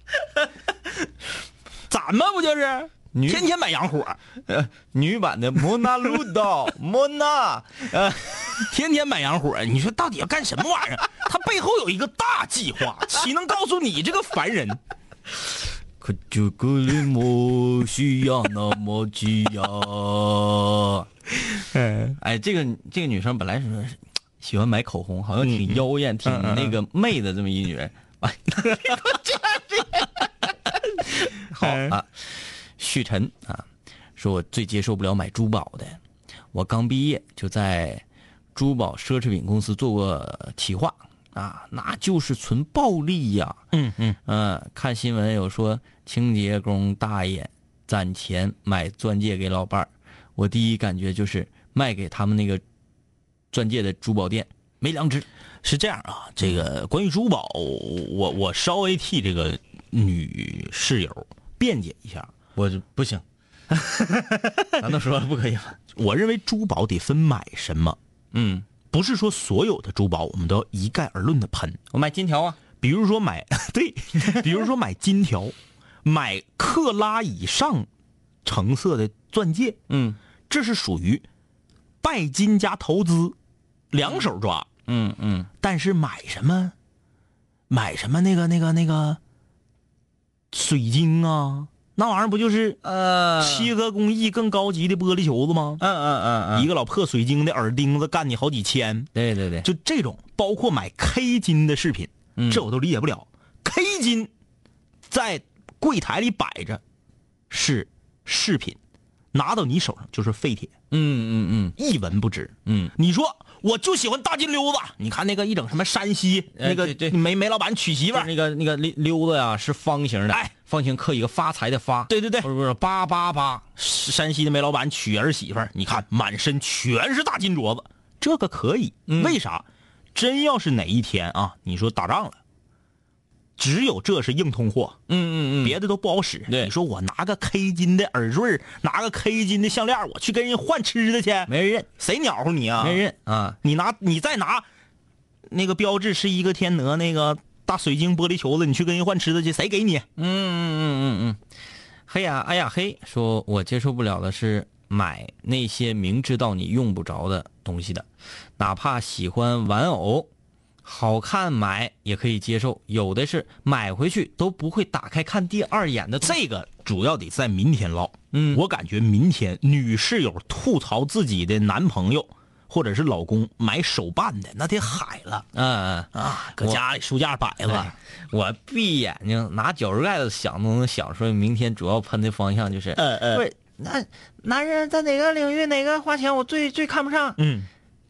[SPEAKER 4] 咱们不就是
[SPEAKER 3] 女
[SPEAKER 4] 天天买洋火？
[SPEAKER 3] 呃， 女版的莫娜露道，莫娜，
[SPEAKER 4] 天天买洋火，你说到底要干什么玩意儿？ 他背后有一个大计划，岂能告诉你这个凡人？
[SPEAKER 3] 可就格里莫需要那么需要。哎，这个这个女生本来是说是喜欢买口红，好像挺妖艳、挺那个媚的这么一女人，哎完、这样好啊。旭晨啊，说我最接受不了买珠宝的，我刚毕业就在珠宝奢侈品公司做过企划啊，那就是纯暴利呀、
[SPEAKER 4] 嗯嗯，
[SPEAKER 3] 嗯，看新闻有说清洁工大爷攒钱买钻戒给老伴儿，我第一感觉就是卖给他们那个钻戒的珠宝店没良知。
[SPEAKER 4] 是这样啊。这个关于珠宝，我我稍微替这个女室友辩解一下。
[SPEAKER 3] 我就不 行，啊难道说不可以吗？
[SPEAKER 4] 我认为珠宝得分买什么，
[SPEAKER 3] 嗯，
[SPEAKER 4] 不是说所有的珠宝我们都要一概而论的喷。
[SPEAKER 3] 我买金条啊，
[SPEAKER 4] 比如说买 对，比如说买 金条，买克拉以上成色的钻戒，
[SPEAKER 3] 嗯
[SPEAKER 4] 这是属于拜金加投资，两手抓。
[SPEAKER 3] 嗯嗯，
[SPEAKER 4] 但是买什么，买什么那个那个那个水晶啊，那玩意儿不就是
[SPEAKER 3] 呃
[SPEAKER 4] 切割工艺更高级的玻璃球子吗？
[SPEAKER 3] 嗯嗯嗯嗯，
[SPEAKER 4] 一个老破水晶的耳钉子干你好几千，
[SPEAKER 3] 对对对，
[SPEAKER 4] 就这种，包括买 K 金的饰品，
[SPEAKER 3] 嗯
[SPEAKER 4] 这我都理解不了。K 金在柜台里摆着是饰品，拿到你手上就是废铁。
[SPEAKER 3] 嗯嗯
[SPEAKER 4] 一文不值。
[SPEAKER 3] 嗯，
[SPEAKER 4] 你说我就喜欢大金溜子，你看那个一整什么山西、
[SPEAKER 3] 哎
[SPEAKER 4] 那个
[SPEAKER 3] 对对
[SPEAKER 4] 煤煤老板娶媳
[SPEAKER 3] 嗯，就
[SPEAKER 4] 妇
[SPEAKER 3] 是那
[SPEAKER 4] 儿，
[SPEAKER 3] 个那个溜溜子呀是方形的，
[SPEAKER 4] 哎，
[SPEAKER 3] 方形刻一个发财的发，
[SPEAKER 4] 对对对
[SPEAKER 3] 不是不是八八八，
[SPEAKER 4] 山西的煤老板娶儿媳妇儿，你看满身全是大金镯子，这个可以。为啥？真要是哪一天啊，你说打仗了，只有这是硬通货，
[SPEAKER 3] 嗯嗯嗯，
[SPEAKER 4] 别的都不好使。
[SPEAKER 3] 对
[SPEAKER 4] 你说我拿个 K 金的耳坠儿，拿个 K 金的项链儿，我去跟人换吃的去，
[SPEAKER 3] 没人认，
[SPEAKER 4] 谁鸟乎你啊？
[SPEAKER 3] 没人认啊，
[SPEAKER 4] 你拿你再拿那个标志是一个天鹅那个大水晶玻璃球子，你去跟人换吃的去，谁给你？啊
[SPEAKER 3] 嗯嗯嗯嗯嗯，嘿呀哎呀嘿，说我接受不了的是买那些明知道你用不着的东西的，哪怕喜欢玩偶，好看买也可以接受，有的是买回去都不会打开看第二眼的东西。
[SPEAKER 4] 这个主要得在明天唠。
[SPEAKER 3] 嗯
[SPEAKER 4] 我感觉明天女室友吐槽自己的男朋友或者是老公买手办的，那得海了
[SPEAKER 3] 嗯嗯，
[SPEAKER 4] 啊，搁
[SPEAKER 3] 我
[SPEAKER 4] 家里书架摆了
[SPEAKER 3] 哎。我闭眼睛拿脚趾盖子想都能想出来，明天主要喷的方向就是，
[SPEAKER 4] 呃呃
[SPEAKER 3] 不是那男人在哪个领域哪个花钱我最最看不上，
[SPEAKER 4] 嗯，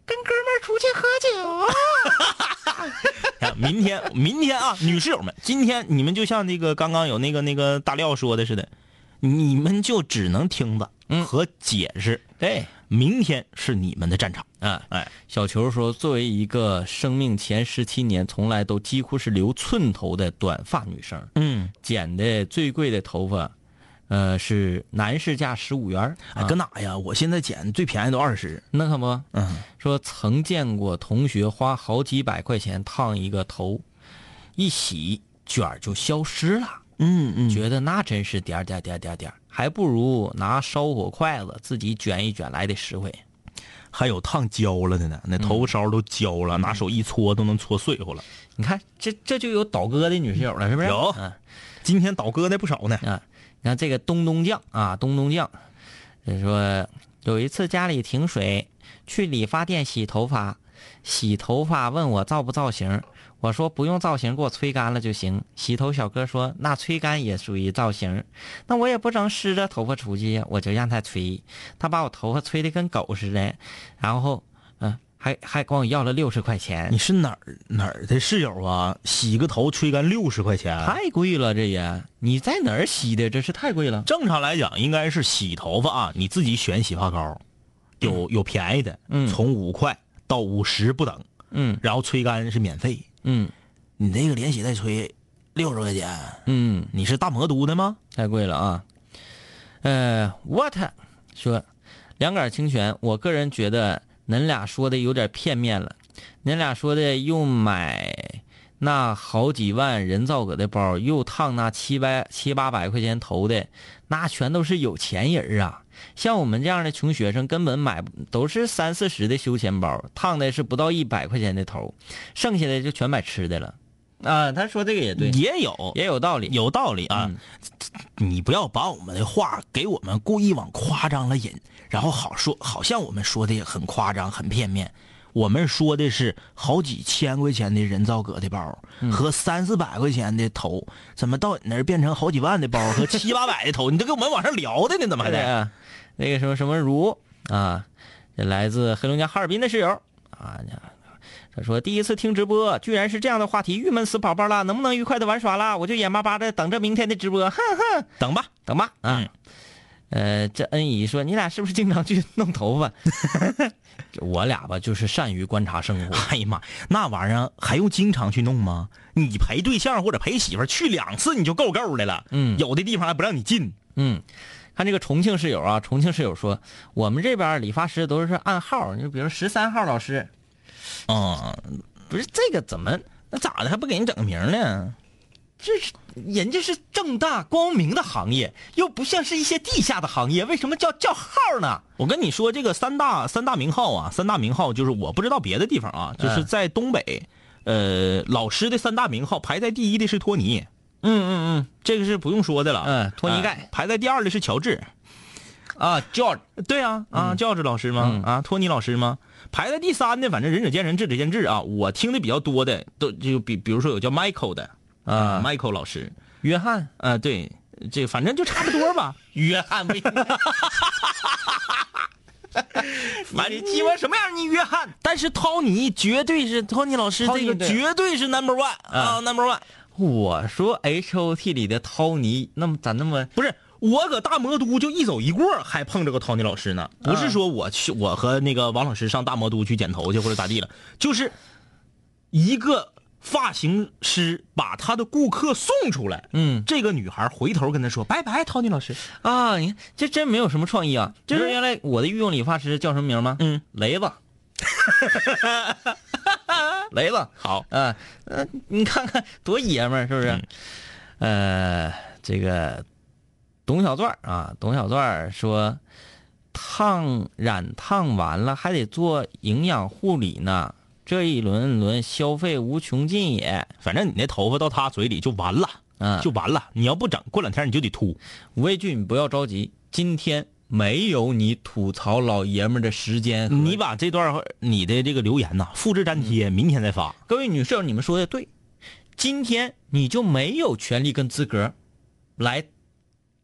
[SPEAKER 3] 跟哥们儿出去啊喝酒。
[SPEAKER 4] 看明天明天啊，女室友们，今天你们就像那个刚刚有那个那个大廖说的似的，你们就只能听着和解释。
[SPEAKER 3] 对，
[SPEAKER 4] 明天是你们的战场。
[SPEAKER 3] 啊，
[SPEAKER 4] 哎，
[SPEAKER 3] 哎小球说，作为一个生命前十七年从来都几乎是留寸头的短发女生，
[SPEAKER 4] 嗯，
[SPEAKER 3] 剪的最贵的头发，呃，是男士价十五元儿，
[SPEAKER 4] 哎，搁哪呀？我现在剪最便宜都二十。
[SPEAKER 3] 那可不，
[SPEAKER 4] 嗯，
[SPEAKER 3] 说曾见过同学花好几百块钱烫一个头，一洗卷儿就消失了。
[SPEAKER 4] 嗯嗯
[SPEAKER 3] 觉得那真是点儿点儿点儿点儿点儿，还不如拿烧火筷子自己卷一卷来的实惠。
[SPEAKER 4] 还有烫焦了的呢，那头发梢都焦了，拿手一搓都能搓碎乎了。
[SPEAKER 3] 你看，这这就有倒戈的女室友了，是不是？
[SPEAKER 4] 有
[SPEAKER 3] 啊
[SPEAKER 4] 今天倒戈的不少呢。
[SPEAKER 3] 啊！你看这个东东酱啊，东东酱，就说有一次家里停水，去理发店洗头发，洗头发问我造不造型，我说不用造型，给我吹干了就行。洗头小哥说那吹干也属于造型，那我也不能湿着头发出去呀，我就让他吹，他把我头发吹得跟狗似的，然后嗯、还还管我要了六十块钱
[SPEAKER 4] 你，是哪儿哪儿的室友啊？洗个头吹干六十块钱，
[SPEAKER 3] 太贵了这也，你在哪儿洗的？真是太贵了。
[SPEAKER 4] 正常来讲应该是洗头发啊，你自己选洗发膏，有有便宜的，
[SPEAKER 3] 嗯
[SPEAKER 4] 从五块到五十不等，
[SPEAKER 3] 嗯
[SPEAKER 4] 然后吹干是免费。
[SPEAKER 3] 嗯
[SPEAKER 4] 你那个连洗带吹六十块钱，
[SPEAKER 3] 嗯，
[SPEAKER 4] 你是大魔都的吗？
[SPEAKER 3] 太贵了啊。呃，what 说，两杆清泉，我个人觉得恁俩说的有点片面了。恁俩说的又买那好几万人造革的包，又烫那七百七八百块钱头的，那全都是有钱人啊。像我们这样的穷学生，根本买不都是三四十的休闲包，烫的是不到一百块钱的头，剩下的就全买吃的了。啊，他说这个也对，
[SPEAKER 4] 也有，
[SPEAKER 3] 也有嗯道理。
[SPEAKER 4] 有道理啊。你不要把我们的话给我们故意往夸张了引，然后好说，好像我们说的很夸张、很片面。我们说的是好几千块钱的人造革的包、
[SPEAKER 3] 嗯
[SPEAKER 4] 和三四百块钱的头，怎么到你那儿变成好几万的包和七八百的头？你 都给我们往上聊的呢，怎么还
[SPEAKER 3] 对
[SPEAKER 4] 得？
[SPEAKER 3] 啊，那个什么什么如啊，这来自黑龙江哈尔滨的室友啊，他说第一次听直播，居然是这样的话题，郁闷死宝宝了，能不能愉快的玩耍啦？我就眼巴巴的等着明天的直播，哼哼，
[SPEAKER 4] 等吧，
[SPEAKER 3] 等吧啊。呃，这恩姨说你俩是不是经常去弄头发？ 这我俩吧，就是善于观察生活。
[SPEAKER 4] 哎呀妈，那玩意儿还用经常去弄吗？你陪对象或者陪媳妇儿去两次你就够够的了。
[SPEAKER 3] 嗯
[SPEAKER 4] 有的地方还不让你进。
[SPEAKER 3] 嗯，看这个重庆室友啊，重庆室友说我们这边理发师都是按号，你就比如十三号老师，
[SPEAKER 4] 嗯，
[SPEAKER 3] 不是这个怎么？
[SPEAKER 4] 那咋的还不给人整个名呢？
[SPEAKER 3] 这是人家是正大光明的行业，又不像是一些地下的行业，为什么叫叫号呢？
[SPEAKER 4] 我跟你说，这个三大三大名号啊，三大名号就是我不知道别的地方啊，
[SPEAKER 3] 嗯
[SPEAKER 4] 就是在东北，呃，老师的三大名号排在第一的是托尼，
[SPEAKER 3] 嗯嗯
[SPEAKER 4] 这个是不用说的了。
[SPEAKER 3] 嗯托尼盖
[SPEAKER 4] 哎排在第二的是乔治，
[SPEAKER 3] 嗯啊，George，
[SPEAKER 4] 对啊，啊，教治老师吗？
[SPEAKER 3] 嗯
[SPEAKER 4] 啊，托尼老师吗？排在第三的，反正仁者见仁，智者见智啊。我听的比较多的，都就比比如说有叫 Michael 的
[SPEAKER 3] 啊
[SPEAKER 4] ，Michael 老师，
[SPEAKER 3] 约翰，
[SPEAKER 4] 啊，对，这反正就差不多吧。
[SPEAKER 3] 约翰威，
[SPEAKER 4] 反正鸡巴什么样，你约翰， 但是托尼绝对是托尼老师
[SPEAKER 3] 托
[SPEAKER 4] 这
[SPEAKER 3] 尼
[SPEAKER 4] 个
[SPEAKER 3] 对嗯
[SPEAKER 4] 绝对是 number one 啊，number one。
[SPEAKER 3] 我说 H O T 里的涛尼，那么咋那么
[SPEAKER 4] 不是我搁大魔都就一走一过，还碰着个 Tony 老师呢。不是说我去，我和那个王老师上大魔都去剪头去或者咋地了，就是一个发型师把他的顾客送出来，
[SPEAKER 3] 嗯
[SPEAKER 4] 这个女孩回头跟他说拜拜，涛尼老师，
[SPEAKER 3] 啊，你看这真没有什么创意啊！
[SPEAKER 4] 就
[SPEAKER 3] 就是是原来我的御用理发师叫什么名吗？
[SPEAKER 4] 嗯，
[SPEAKER 3] 雷 子。雷子，
[SPEAKER 4] 好，嗯
[SPEAKER 3] 啊，呃，你看看多爷们儿是不是？呃，这个董小篆儿啊，董小篆儿说，烫染烫完了还得做营养护理呢，这一轮轮消费无穷尽也。
[SPEAKER 4] 反正你那头发到他嘴里就完了，
[SPEAKER 3] 嗯
[SPEAKER 4] 就完了。你要不整，过两天你就得秃。
[SPEAKER 3] 五位俊，不要着急，今天没有你吐槽老爷们儿的时间和。
[SPEAKER 4] 你把这段儿你的这个留言呐、复制粘贴，明天再发。
[SPEAKER 3] 各位女士，你们说的对，今天你就没有权利跟资格来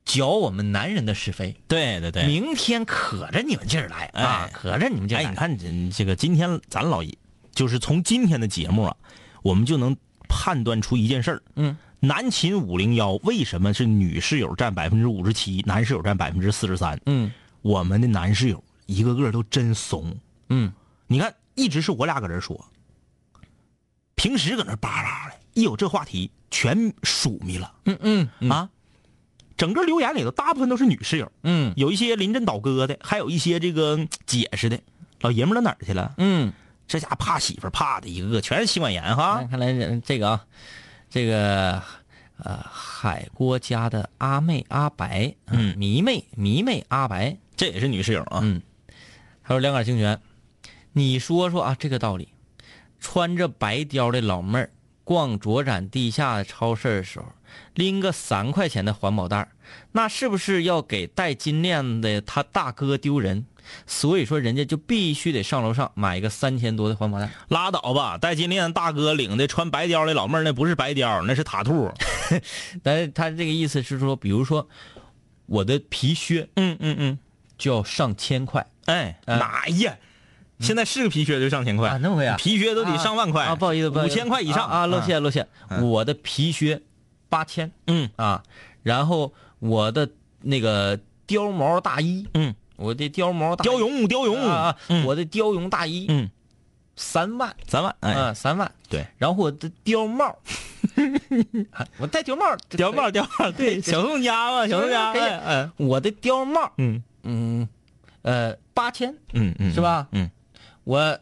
[SPEAKER 3] 嚼我们男人的是非。
[SPEAKER 4] 对对对
[SPEAKER 3] 明天可着你们劲儿来啊
[SPEAKER 4] 哎，
[SPEAKER 3] 可着你们劲儿
[SPEAKER 4] 哎，
[SPEAKER 3] 来。
[SPEAKER 4] 你看这这个今天咱老爷，就是从今天的节目啊，我们就能判断出一件事儿。
[SPEAKER 3] 嗯，
[SPEAKER 4] 南秦五零幺为什么是女室友占百分之五十七，男室友占百分之四十三？
[SPEAKER 3] 嗯
[SPEAKER 4] 我们的男室友一个个都真怂。
[SPEAKER 3] 嗯，
[SPEAKER 4] 你看，一直是我俩搁这儿说，平时搁那儿叭叭的，一有这话题全数迷了。
[SPEAKER 3] 嗯嗯
[SPEAKER 4] 啊，整个留言里头大部分都是女室友，
[SPEAKER 3] 嗯
[SPEAKER 4] 有一些临阵倒戈的，还有一些这个嗯解释的。老爷们儿到哪儿去了？
[SPEAKER 3] 嗯，
[SPEAKER 4] 这家怕媳妇儿怕的一个个全是妻管严哈
[SPEAKER 3] 那。看来人这个啊，这个呃，海郭家的阿妹阿白，嗯，迷妹迷妹阿白，
[SPEAKER 4] 这也是女室友啊。
[SPEAKER 3] 嗯还有两杆清泉，你说说啊，这个道理，穿着白貂的老妹儿逛卓展地下的超市的时候，拎个三块钱的环保袋儿，那是不是要给戴金链的他大哥丢人？所以说，人家就必须得上楼上买一个三千多的环保袋。
[SPEAKER 4] 拉倒吧，戴金链大哥领的穿白貂的老妹儿，那不是白貂，那是塔兔。
[SPEAKER 3] 但是他这个意思是说，比如说我的皮靴
[SPEAKER 4] 嗯嗯嗯，
[SPEAKER 3] 就要上千块
[SPEAKER 4] 哎，
[SPEAKER 3] 嗯
[SPEAKER 4] 哪呀？现在是个皮靴就上千块
[SPEAKER 3] 啊那么贵啊
[SPEAKER 4] 皮靴都得上万块
[SPEAKER 3] 啊，不好意思，不好
[SPEAKER 4] 五
[SPEAKER 3] 意思
[SPEAKER 4] 千块以上
[SPEAKER 3] 啊，啊露馅露馅，我的皮靴八千，
[SPEAKER 4] 嗯
[SPEAKER 3] 啊，然后我的那个貂毛大衣，
[SPEAKER 4] 嗯，
[SPEAKER 3] 我的貂毛大衣
[SPEAKER 4] 貂绒貂绒
[SPEAKER 3] 啊啊，
[SPEAKER 4] 嗯
[SPEAKER 3] 我的貂绒大衣，
[SPEAKER 4] 嗯，
[SPEAKER 3] 三万
[SPEAKER 4] 三万哎，
[SPEAKER 3] 啊，三万，
[SPEAKER 4] 对，
[SPEAKER 3] 然后我的貂 帽，啊我戴貂帽，
[SPEAKER 4] 貂帽，貂帽，对，小宋家嘛，小宋家，
[SPEAKER 3] 啊 可以
[SPEAKER 4] 哎哎
[SPEAKER 3] 啊我的貂帽，
[SPEAKER 4] 嗯
[SPEAKER 3] 嗯，呃，八千，
[SPEAKER 4] 嗯嗯，
[SPEAKER 3] 是吧
[SPEAKER 4] 嗯，
[SPEAKER 3] 我，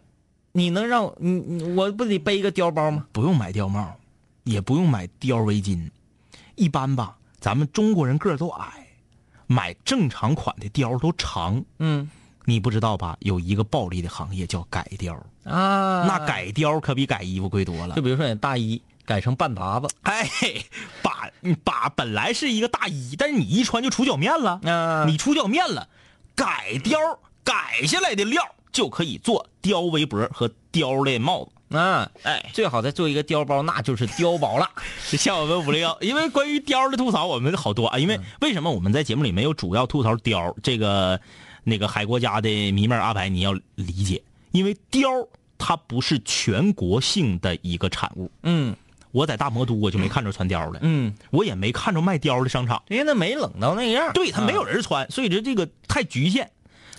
[SPEAKER 3] 你能让我，你你我不得背一个貂包吗？
[SPEAKER 4] 不用买貂帽，也不用买貂围巾，一般吧，咱们中国人个儿都矮，买正常款的貂都长。
[SPEAKER 3] 嗯
[SPEAKER 4] 你不知道吧？有一个暴利的行业叫改貂，
[SPEAKER 3] 啊，
[SPEAKER 4] 那改貂可比改衣服贵多了
[SPEAKER 3] 就。比如说你大衣改成半达子，
[SPEAKER 4] 哎，把嗯把本来是一个大衣，但是你一穿就出脚面了，
[SPEAKER 3] 啊
[SPEAKER 4] 你出脚面了，改貂改下来的料就可以做貂围脖和貂的帽子。
[SPEAKER 3] 啊，
[SPEAKER 4] 哎，
[SPEAKER 3] 最好再做一个貂包，那就是貂宝了。
[SPEAKER 4] 像我们五零幺，因为关于貂的吐槽我们好多啊，因为为什么我们在节目里没有主要吐槽貂这个那个海国家的迷妹儿阿白，你要理解，因为貂它不是全国性的一个产物。
[SPEAKER 3] 嗯
[SPEAKER 4] 我在大魔都我就没看着穿貂的，
[SPEAKER 3] 嗯，
[SPEAKER 4] 我也没看着卖貂的商场，
[SPEAKER 3] 人家那没冷到那样，
[SPEAKER 4] 对，它没有人
[SPEAKER 3] 嗯
[SPEAKER 4] 穿，所以这这个太局限。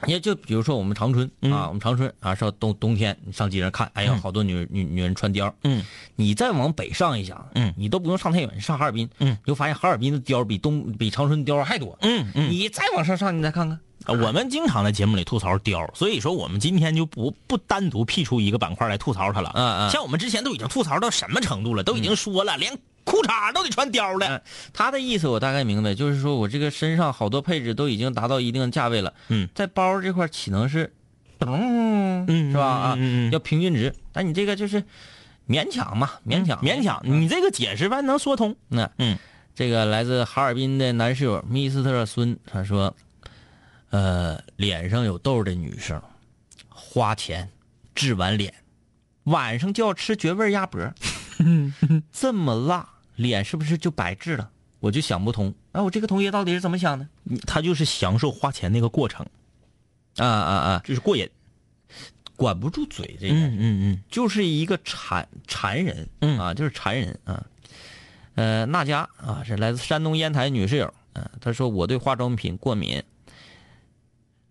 [SPEAKER 3] 也就比如说我们长春、
[SPEAKER 4] 嗯
[SPEAKER 3] 啊，我们长春啊，上冬冬天你上街上看，哎呀，好多女、女女人穿貂，
[SPEAKER 4] 嗯，
[SPEAKER 3] 你再往北上一下，
[SPEAKER 4] 嗯
[SPEAKER 3] 你都不用上太远，上哈尔滨，
[SPEAKER 4] 嗯，
[SPEAKER 3] 你就发现哈尔滨的貂比东比长春貂还多，
[SPEAKER 4] 嗯嗯，
[SPEAKER 3] 你再往上上，你再看看，
[SPEAKER 4] 啊我们经常在节目里吐槽貂，所以说我们今天就不不单独辟出一个板块来吐槽它了。
[SPEAKER 3] 嗯嗯
[SPEAKER 4] 像我们之前都已经吐槽到什么程度了，都已经说了，连裤衩都得穿貂的。
[SPEAKER 3] 嗯他的意思我大概明白，就是说我这个身上好多配置都已经达到一定的价位了，
[SPEAKER 4] 嗯，
[SPEAKER 3] 在包这块儿岂能是，嗯，
[SPEAKER 4] 嗯
[SPEAKER 3] 是吧？啊，
[SPEAKER 4] 嗯嗯嗯
[SPEAKER 3] 要平均值，但你这个就是勉强嘛，勉强，
[SPEAKER 4] 嗯勉强，你这个解释吧能说通。
[SPEAKER 3] 那
[SPEAKER 4] 嗯，
[SPEAKER 3] 这个来自哈尔滨的男室友密斯特孙，他说，呃，脸上有痘的女生，花钱治完脸，晚上就要吃绝味鸭 脖，这么辣，脸是不是就白治了？我就想不通，哎、我这个同学到底是怎么想的？
[SPEAKER 4] 他就是享受花钱那个过程，
[SPEAKER 3] 啊啊啊！
[SPEAKER 4] 就是过瘾。
[SPEAKER 3] 管不住嘴，这个、
[SPEAKER 4] 嗯嗯
[SPEAKER 3] 就是一个馋馋人，
[SPEAKER 4] 嗯
[SPEAKER 3] 啊，就是馋人啊。呃，娜佳啊，是来自山东烟台女室友，嗯、她说我对化妆品过敏，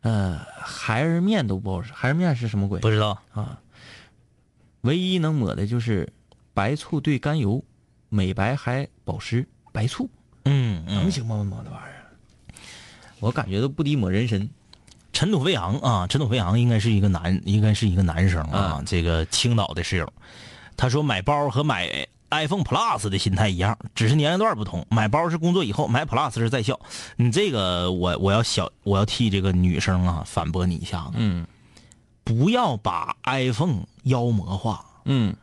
[SPEAKER 3] 呃，孩儿面都不好吃，孩儿面是什么鬼
[SPEAKER 4] 嗯，不？知道。
[SPEAKER 3] 唯一能抹的就是
[SPEAKER 2] 白醋兑甘油，美白还保湿。白醋
[SPEAKER 4] 嗯
[SPEAKER 2] 能
[SPEAKER 4] 嗯，
[SPEAKER 2] 行吗？妈那玩意儿，我感觉都不敌抹人参。
[SPEAKER 4] 尘土飞扬啊，尘土飞扬应该是一个男，应该是一个男生啊
[SPEAKER 2] 啊。
[SPEAKER 4] 这个青岛的室友，他说买包和买 iPhone Plus 的心态一样，只是年龄段不同。买包是工作以后，买 Plus 是在校。你这个我我要小，我要替这个女生啊反驳你一下子，
[SPEAKER 2] 嗯
[SPEAKER 4] 不要把 iPhone 妖魔化。
[SPEAKER 2] 嗯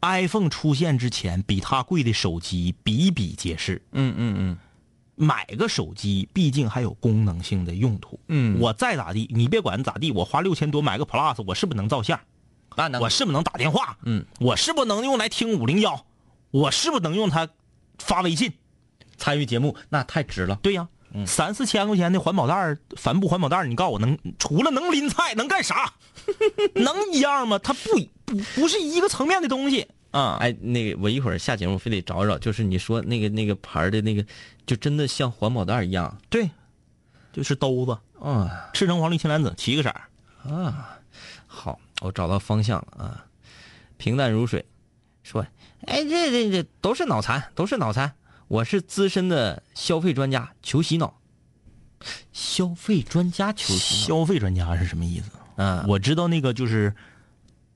[SPEAKER 4] iPhone 出现之前，比它贵的手机比比皆是。
[SPEAKER 2] 嗯嗯
[SPEAKER 4] 买个手机，毕竟还有功能性的用途。
[SPEAKER 2] 嗯
[SPEAKER 4] 我再咋地，你别管咋地，我花六千多买个 Plus，我是不是能照相？
[SPEAKER 2] 嗯，那能
[SPEAKER 4] 我是不是能打电话？
[SPEAKER 2] 嗯，
[SPEAKER 4] 我是不是能用来听五零幺？我是不是能用它发微信？
[SPEAKER 2] 参与节目，那太值了。
[SPEAKER 4] 对呀，
[SPEAKER 2] 嗯
[SPEAKER 4] 三四千块钱的环保袋儿，帆布环保袋儿，你告诉我能除了能拎菜能干 啥？能一样吗？它不不不是一个层面的东西啊。
[SPEAKER 3] 哎，那个我一会儿下节目非得找找，就是你说那个那个牌儿的那个，就真的像环保袋儿一样。
[SPEAKER 4] 对，就是兜子，
[SPEAKER 3] 啊
[SPEAKER 4] 赤橙黄绿青蓝紫七个色儿。
[SPEAKER 3] 啊，好，我找到方向了啊，平淡如水。说，哎，这这这都是脑残，都是脑残。我是资深的消费专家，求洗脑。消费专家求洗
[SPEAKER 4] 消费专家是什么意思？
[SPEAKER 3] 脑啊，
[SPEAKER 4] 我知道那个就是，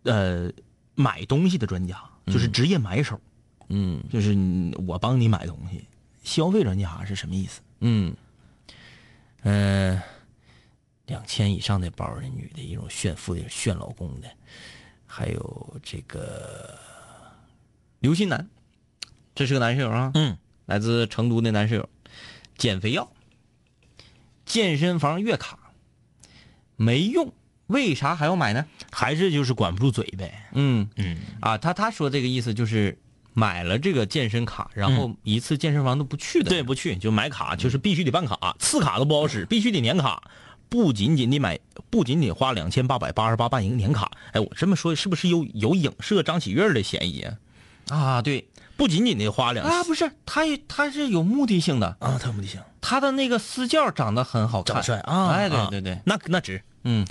[SPEAKER 4] 呃，买东西的专家，就是职业买手，
[SPEAKER 3] 嗯
[SPEAKER 4] 就是你我帮你买东西。消费专家是什么意思？
[SPEAKER 3] 嗯嗯，两千以上的包儿的女的，一种炫富的、炫老公的，还有这个刘新南，这是个男室友啊，
[SPEAKER 4] 嗯，
[SPEAKER 3] 来自成都的男室友，减肥药、健身房月卡没用，为啥还要买呢？
[SPEAKER 4] 还是就是管不住嘴呗。
[SPEAKER 3] 嗯
[SPEAKER 4] 嗯
[SPEAKER 3] 啊，他他说这个意思就是买了这个健身卡，然后一次健身房都不去的，
[SPEAKER 4] 嗯对，不去就买卡，就是必须得办卡，次卡都不好使，必须得年卡。不仅仅得买，不仅仅花两千八百八十八办一个年卡。哎，我这么说是不是有有影射张喜月的嫌疑啊？
[SPEAKER 3] 啊，对
[SPEAKER 4] 不仅仅得花两
[SPEAKER 3] 啊，不是，他也他是有目的性的，
[SPEAKER 4] 啊，他不行，
[SPEAKER 3] 他的那个私教长得很好看，
[SPEAKER 4] 长得帅啊！
[SPEAKER 3] 哎，对
[SPEAKER 4] 啊
[SPEAKER 3] 对对，
[SPEAKER 4] 那那值。啊
[SPEAKER 3] 嗯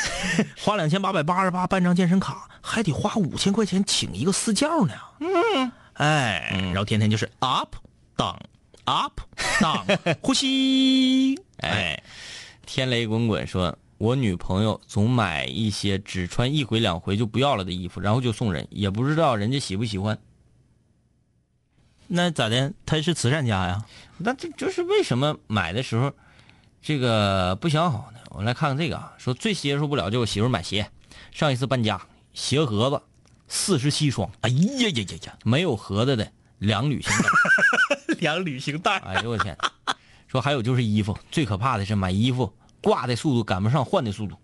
[SPEAKER 4] 花两千八百八十八办张健身卡，还得花五千块钱请一个私教呢。嗯，哎，然后天天就是 up down up down 呼吸，哎，
[SPEAKER 3] 天雷滚滚说，我女朋友总买一些只穿一回两回就不要了的衣服，然后就送人，也不知道人家喜不喜欢。
[SPEAKER 4] 那咋的？他是慈善家呀？
[SPEAKER 3] 那这就是为什么买的时候这个不想好呢？我们来看看这个啊，说最接受不了就是我媳妇儿买鞋，上一次搬家，鞋盒子四十七双，
[SPEAKER 4] 哎呀呀呀呀！
[SPEAKER 3] 没有盒子的两旅行袋。
[SPEAKER 4] 两旅行袋，
[SPEAKER 3] 哎呦我天！说还有就是衣服，最可怕的是买衣服挂的速度赶不上换的速度，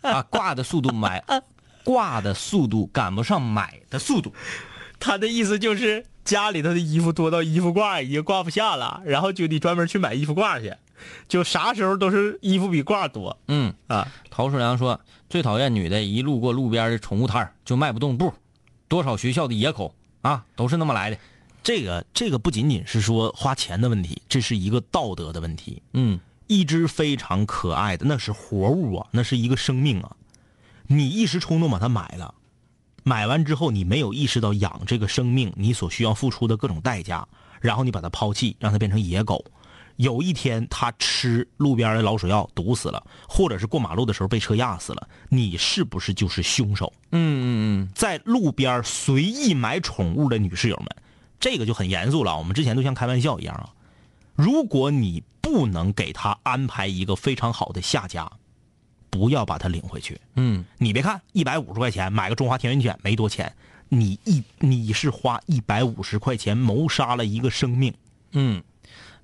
[SPEAKER 3] 啊，挂的速度买，挂的速度赶不上买的速度。
[SPEAKER 4] 他的意思就是家里头的衣服多到衣服挂已经挂不下了，然后就得专门去买衣服挂去，就啥时候都是衣服比挂多
[SPEAKER 3] 嗯，
[SPEAKER 4] 啊。
[SPEAKER 3] 陶树良说最讨厌女的一路过路边的宠物摊儿就迈不动步，多少学校的野口啊都是那么来的。
[SPEAKER 4] 这个这个不仅仅是说花钱的问题，这是一个道德的问题。
[SPEAKER 3] 嗯，
[SPEAKER 4] 一只非常可爱的，那是活物啊，那是一个生命啊。你一时冲动把它买了，买完之后你没有意识到养这个生命你所需要付出的各种代价，然后你把它抛弃，让它变成野狗。有一天它吃路边的老鼠药毒死了，或者是过马路的时候被车压死了，你是不是就是凶手？
[SPEAKER 3] 嗯嗯
[SPEAKER 4] 在路边随意买宠物的女室友们，这个就很严肃了。我们之前都像开玩笑一样啊。如果你不能给他安排一个非常好的下家，不要把他领回去。
[SPEAKER 3] 嗯
[SPEAKER 4] 你别看一百五十块钱买个中华田园犬没多钱，你一你是花一百五十块钱谋杀了一个生命。
[SPEAKER 3] 嗯嗯。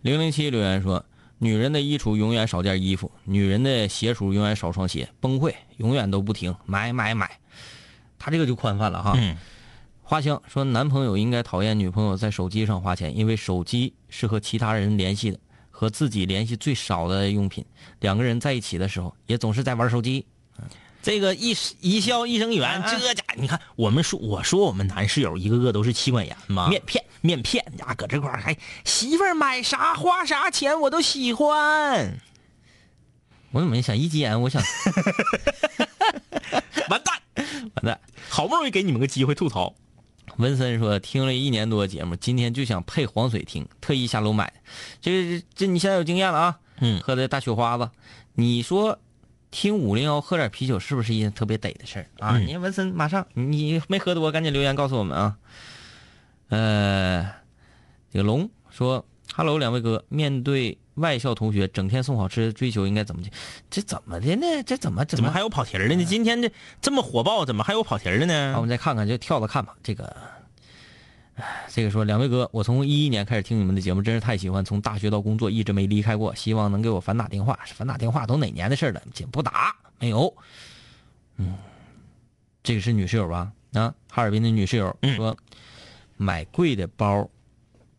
[SPEAKER 3] 零零七留言说，女人的衣橱永远少件衣服，女人的鞋橱永远少双鞋，崩溃，永远都不停买买买。他这个就宽泛了哈。
[SPEAKER 4] 嗯，
[SPEAKER 3] 花香说，男朋友应该讨厌女朋友在手机上花钱，因为手机是和其他人联系的，和自己联系最少的用品。两个人在一起的时候，也总是在玩手机。
[SPEAKER 4] 这个一一笑一生缘，这家你看，我们说我说我们男室友一个个都是妻管严嘛，面骗面骗，你家搁这块儿还媳妇儿买啥花啥钱我都喜欢，
[SPEAKER 3] 我怎么想一急眼？我想
[SPEAKER 4] 完蛋完蛋，好不容易给你们个机会吐槽，
[SPEAKER 3] 文森说：“听了一年多节目，今天就想配黄水听，特意下楼买的。这这，你现在有经验了啊？
[SPEAKER 4] 嗯
[SPEAKER 3] 喝的大雪花子。你说听五零幺喝点啤酒是不是一件特别得的事儿啊？
[SPEAKER 4] 嗯
[SPEAKER 3] 你看文森，马上你没喝多，赶紧留言告诉我们啊。呃，这个龙说：‘Hello，两位哥，面对外校同学整天送好吃的追求，应该怎么去？这怎么的呢？这怎么怎
[SPEAKER 4] 怎么
[SPEAKER 3] 么
[SPEAKER 4] 还有跑题儿的呢？今天这这么火爆，怎么还有跑题儿的
[SPEAKER 3] 啊，我
[SPEAKER 4] 呢？
[SPEAKER 3] 们再看看，就跳着看吧。这个，唉这个说两位哥，我从一一年开始听你们的节目，真是太喜欢，从大学到工作一直没离开过。希望能给我反打电话，反打电话都哪年的事儿了，姐不打没有。嗯，这个是女室友吧？啊，哈尔滨的女室友说，买贵的包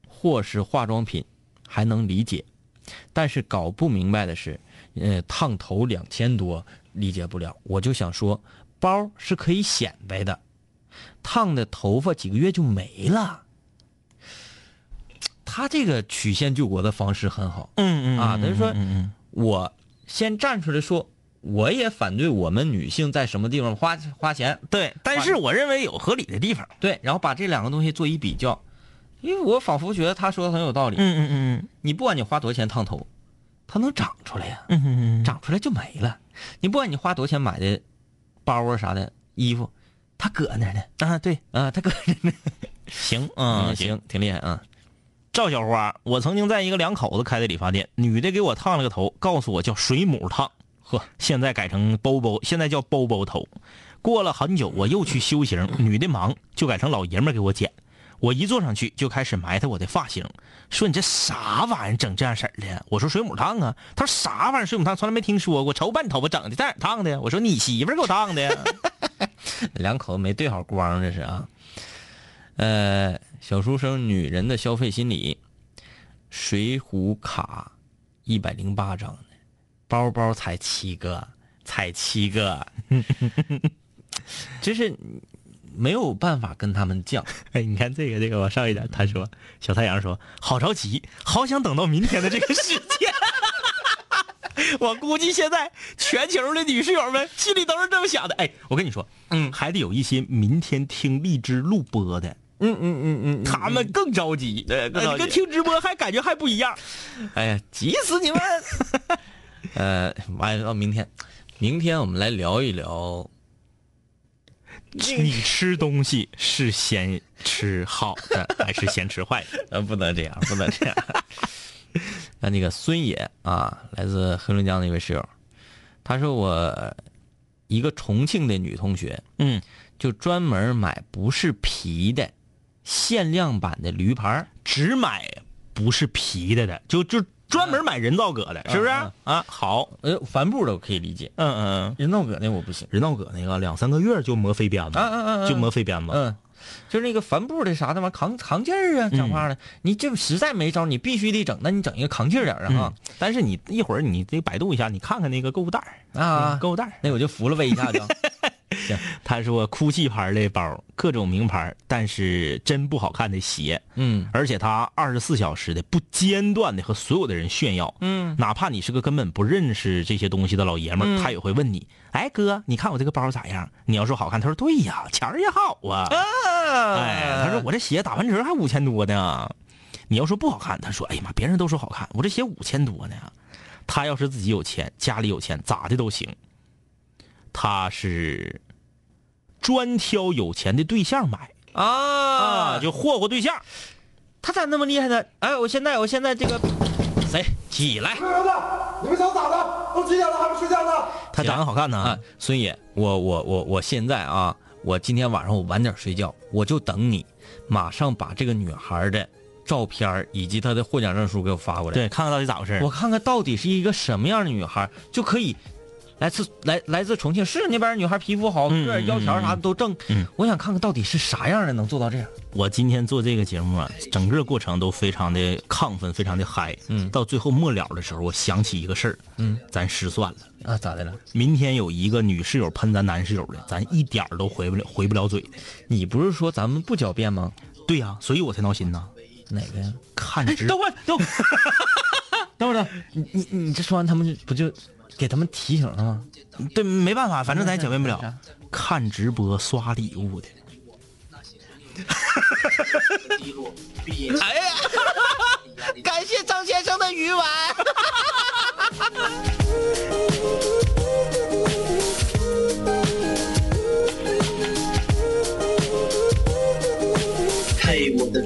[SPEAKER 3] 或是化妆品还能理解，但是搞不明白的是，呃，烫头两千多理解不了。我就想说，包是可以显摆的，烫的头发几个月就没了。他这个曲线救国的方式很好，
[SPEAKER 4] 嗯
[SPEAKER 3] 啊等于说
[SPEAKER 4] 嗯嗯
[SPEAKER 3] 我先站出来说，我也反对我们女性在什么地方花花钱，
[SPEAKER 4] 对，但是我认为有合理的地方。
[SPEAKER 3] 对，然后把这两个东西做一比较，因为我仿佛觉得他说的很有道理。
[SPEAKER 4] 嗯嗯
[SPEAKER 3] 你不管你花多少钱烫头，它能长出来呀、
[SPEAKER 4] 嗯嗯嗯
[SPEAKER 3] 长出来就没了。你不管你花多少钱买的包啊啥的衣服，它搁那儿呢
[SPEAKER 4] 啊，对，
[SPEAKER 3] 啊，它搁那儿呢。
[SPEAKER 4] 行，嗯，行。
[SPEAKER 3] 行，挺厉害啊。
[SPEAKER 4] 赵小花，我曾经在一个两口子开的理发店，女的给我烫了个头，告诉我叫水母烫，呵，现在改成包包，现在叫包包头。过了很久，我又去修行，女的忙就改成老爷们儿给我剪。我一坐上去就开始埋汰我的发型，说你这啥玩意儿整这样式儿的呀？我说水母烫啊，他说啥玩意儿水母烫从来没听说过，瞅把你头发整的在哪儿烫的呀？我说你媳妇儿给我烫的呀。
[SPEAKER 3] 两口子没对好光，这是啊。呃，小书生，女人的消费心理，《水浒卡》一百零八章呢，包包才七个，才七个，就是没有办法跟他们犟。
[SPEAKER 4] 哎，你看这个这个往上一点，他说小太阳说好着急，好想等到明天的这个时间。 我估计现在全球的女室友们心里都是这么想的。哎，我跟你说，嗯，还得有一些明天听荔枝录播的，
[SPEAKER 3] 嗯嗯嗯嗯，
[SPEAKER 4] 他们更着急，
[SPEAKER 3] 对更着急
[SPEAKER 4] 呃跟听直播还感觉还不一样。
[SPEAKER 3] 哎呀，急死 你们！呃，完了，到明天，明天我们来聊一聊
[SPEAKER 4] 你吃东西是先吃好的还是先吃坏的？
[SPEAKER 3] 呃，不能这样，不能这样。 那那个孙野啊，来自黑龙江的一位室友，他说我一个重庆的女同学，
[SPEAKER 4] 嗯，
[SPEAKER 3] 就专门买不是皮的限量版的驴牌儿
[SPEAKER 4] 只买不是皮的的，就就专门买人造革的，是不是
[SPEAKER 3] 啊
[SPEAKER 4] 啊？好，
[SPEAKER 3] 呃，帆布的我可以理解，
[SPEAKER 4] 嗯嗯。
[SPEAKER 3] 人造革那我不行。
[SPEAKER 4] 人造革那个两三个月就磨飞边子，
[SPEAKER 3] 啊啊啊啊
[SPEAKER 4] 就磨飞边子。
[SPEAKER 3] 嗯，就是那个帆布的啥的玩意儿扛扛劲儿
[SPEAKER 4] 嗯
[SPEAKER 3] 啊，讲话的，你这实在没招，你必须得整，那你整一个扛劲儿点儿的哈
[SPEAKER 4] 嗯。但是你一会儿你得百度一下，你看看那个购物袋儿
[SPEAKER 3] 啊
[SPEAKER 4] 嗯购物袋儿。
[SPEAKER 3] 那我就服了呗一下 就。
[SPEAKER 4] 他说，哭泣牌的包，各种名牌，但是真不好看的鞋，
[SPEAKER 3] 嗯
[SPEAKER 4] 而且他二十四小时的不间断的和所有的人炫耀，
[SPEAKER 3] 嗯，
[SPEAKER 4] 哪怕你是个根本不认识这些东西的老爷们儿，他也会问你，哎哥，你看我这个包咋样？你要说好看，他说对呀，钱儿也好啊。哎，他说我这鞋打完折还五千多呢。你要说不好看，他说哎呀妈，别人都说好看，我这鞋五千多呢。他要是自己有钱，家里有钱，咋的都行。他是专挑有钱的对象买
[SPEAKER 3] 啊
[SPEAKER 4] 啊，就霍霍对象。
[SPEAKER 3] 他咋那么厉害呢？哎，我现在我现在这个
[SPEAKER 4] 谁起来？
[SPEAKER 6] 儿子，你们想咋的？都几点了还不睡觉呢？
[SPEAKER 4] 他长得好看呢。
[SPEAKER 3] 啊，孙野，我我我我现在啊，我今天晚上我晚点睡觉，我就等你，马上把这个女孩的照片儿以及她的获奖证书给我发过来，
[SPEAKER 4] 对，看看到底咋回事。
[SPEAKER 3] 我看看到底是一个什么样的女孩，就可以。来自来来自重庆市那边女孩皮肤好，
[SPEAKER 4] 嗯
[SPEAKER 3] 个儿腰条啥的都正。
[SPEAKER 4] 嗯
[SPEAKER 3] 我想看看到底是啥样的能做到这样。
[SPEAKER 4] 我今天做这个节目啊，整个过程都非常的亢奋，非常的嗨。
[SPEAKER 3] 嗯
[SPEAKER 4] 到最后末了的时候，我想起一个事儿，嗯，咱失算了。
[SPEAKER 3] 啊，咋的了？
[SPEAKER 4] 明天有一个女室友喷咱男室友的，咱一点儿都回不了回不了嘴的。
[SPEAKER 3] 你不是说咱们不狡辩吗？
[SPEAKER 4] 对呀、所以我才闹心呐。
[SPEAKER 3] 哪个呀？
[SPEAKER 4] 看 直
[SPEAKER 3] 等会儿，等会儿， 等会儿，你你你这说完，他们就不就给他们提醒了吗？
[SPEAKER 4] 对，没办法，反正咱也狡辩不了。看直播刷礼物的，哎呀，感谢张先生的鱼丸。
[SPEAKER 7] 嘿，我的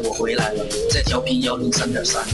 [SPEAKER 7] 我回来了，在调频幺零三点三。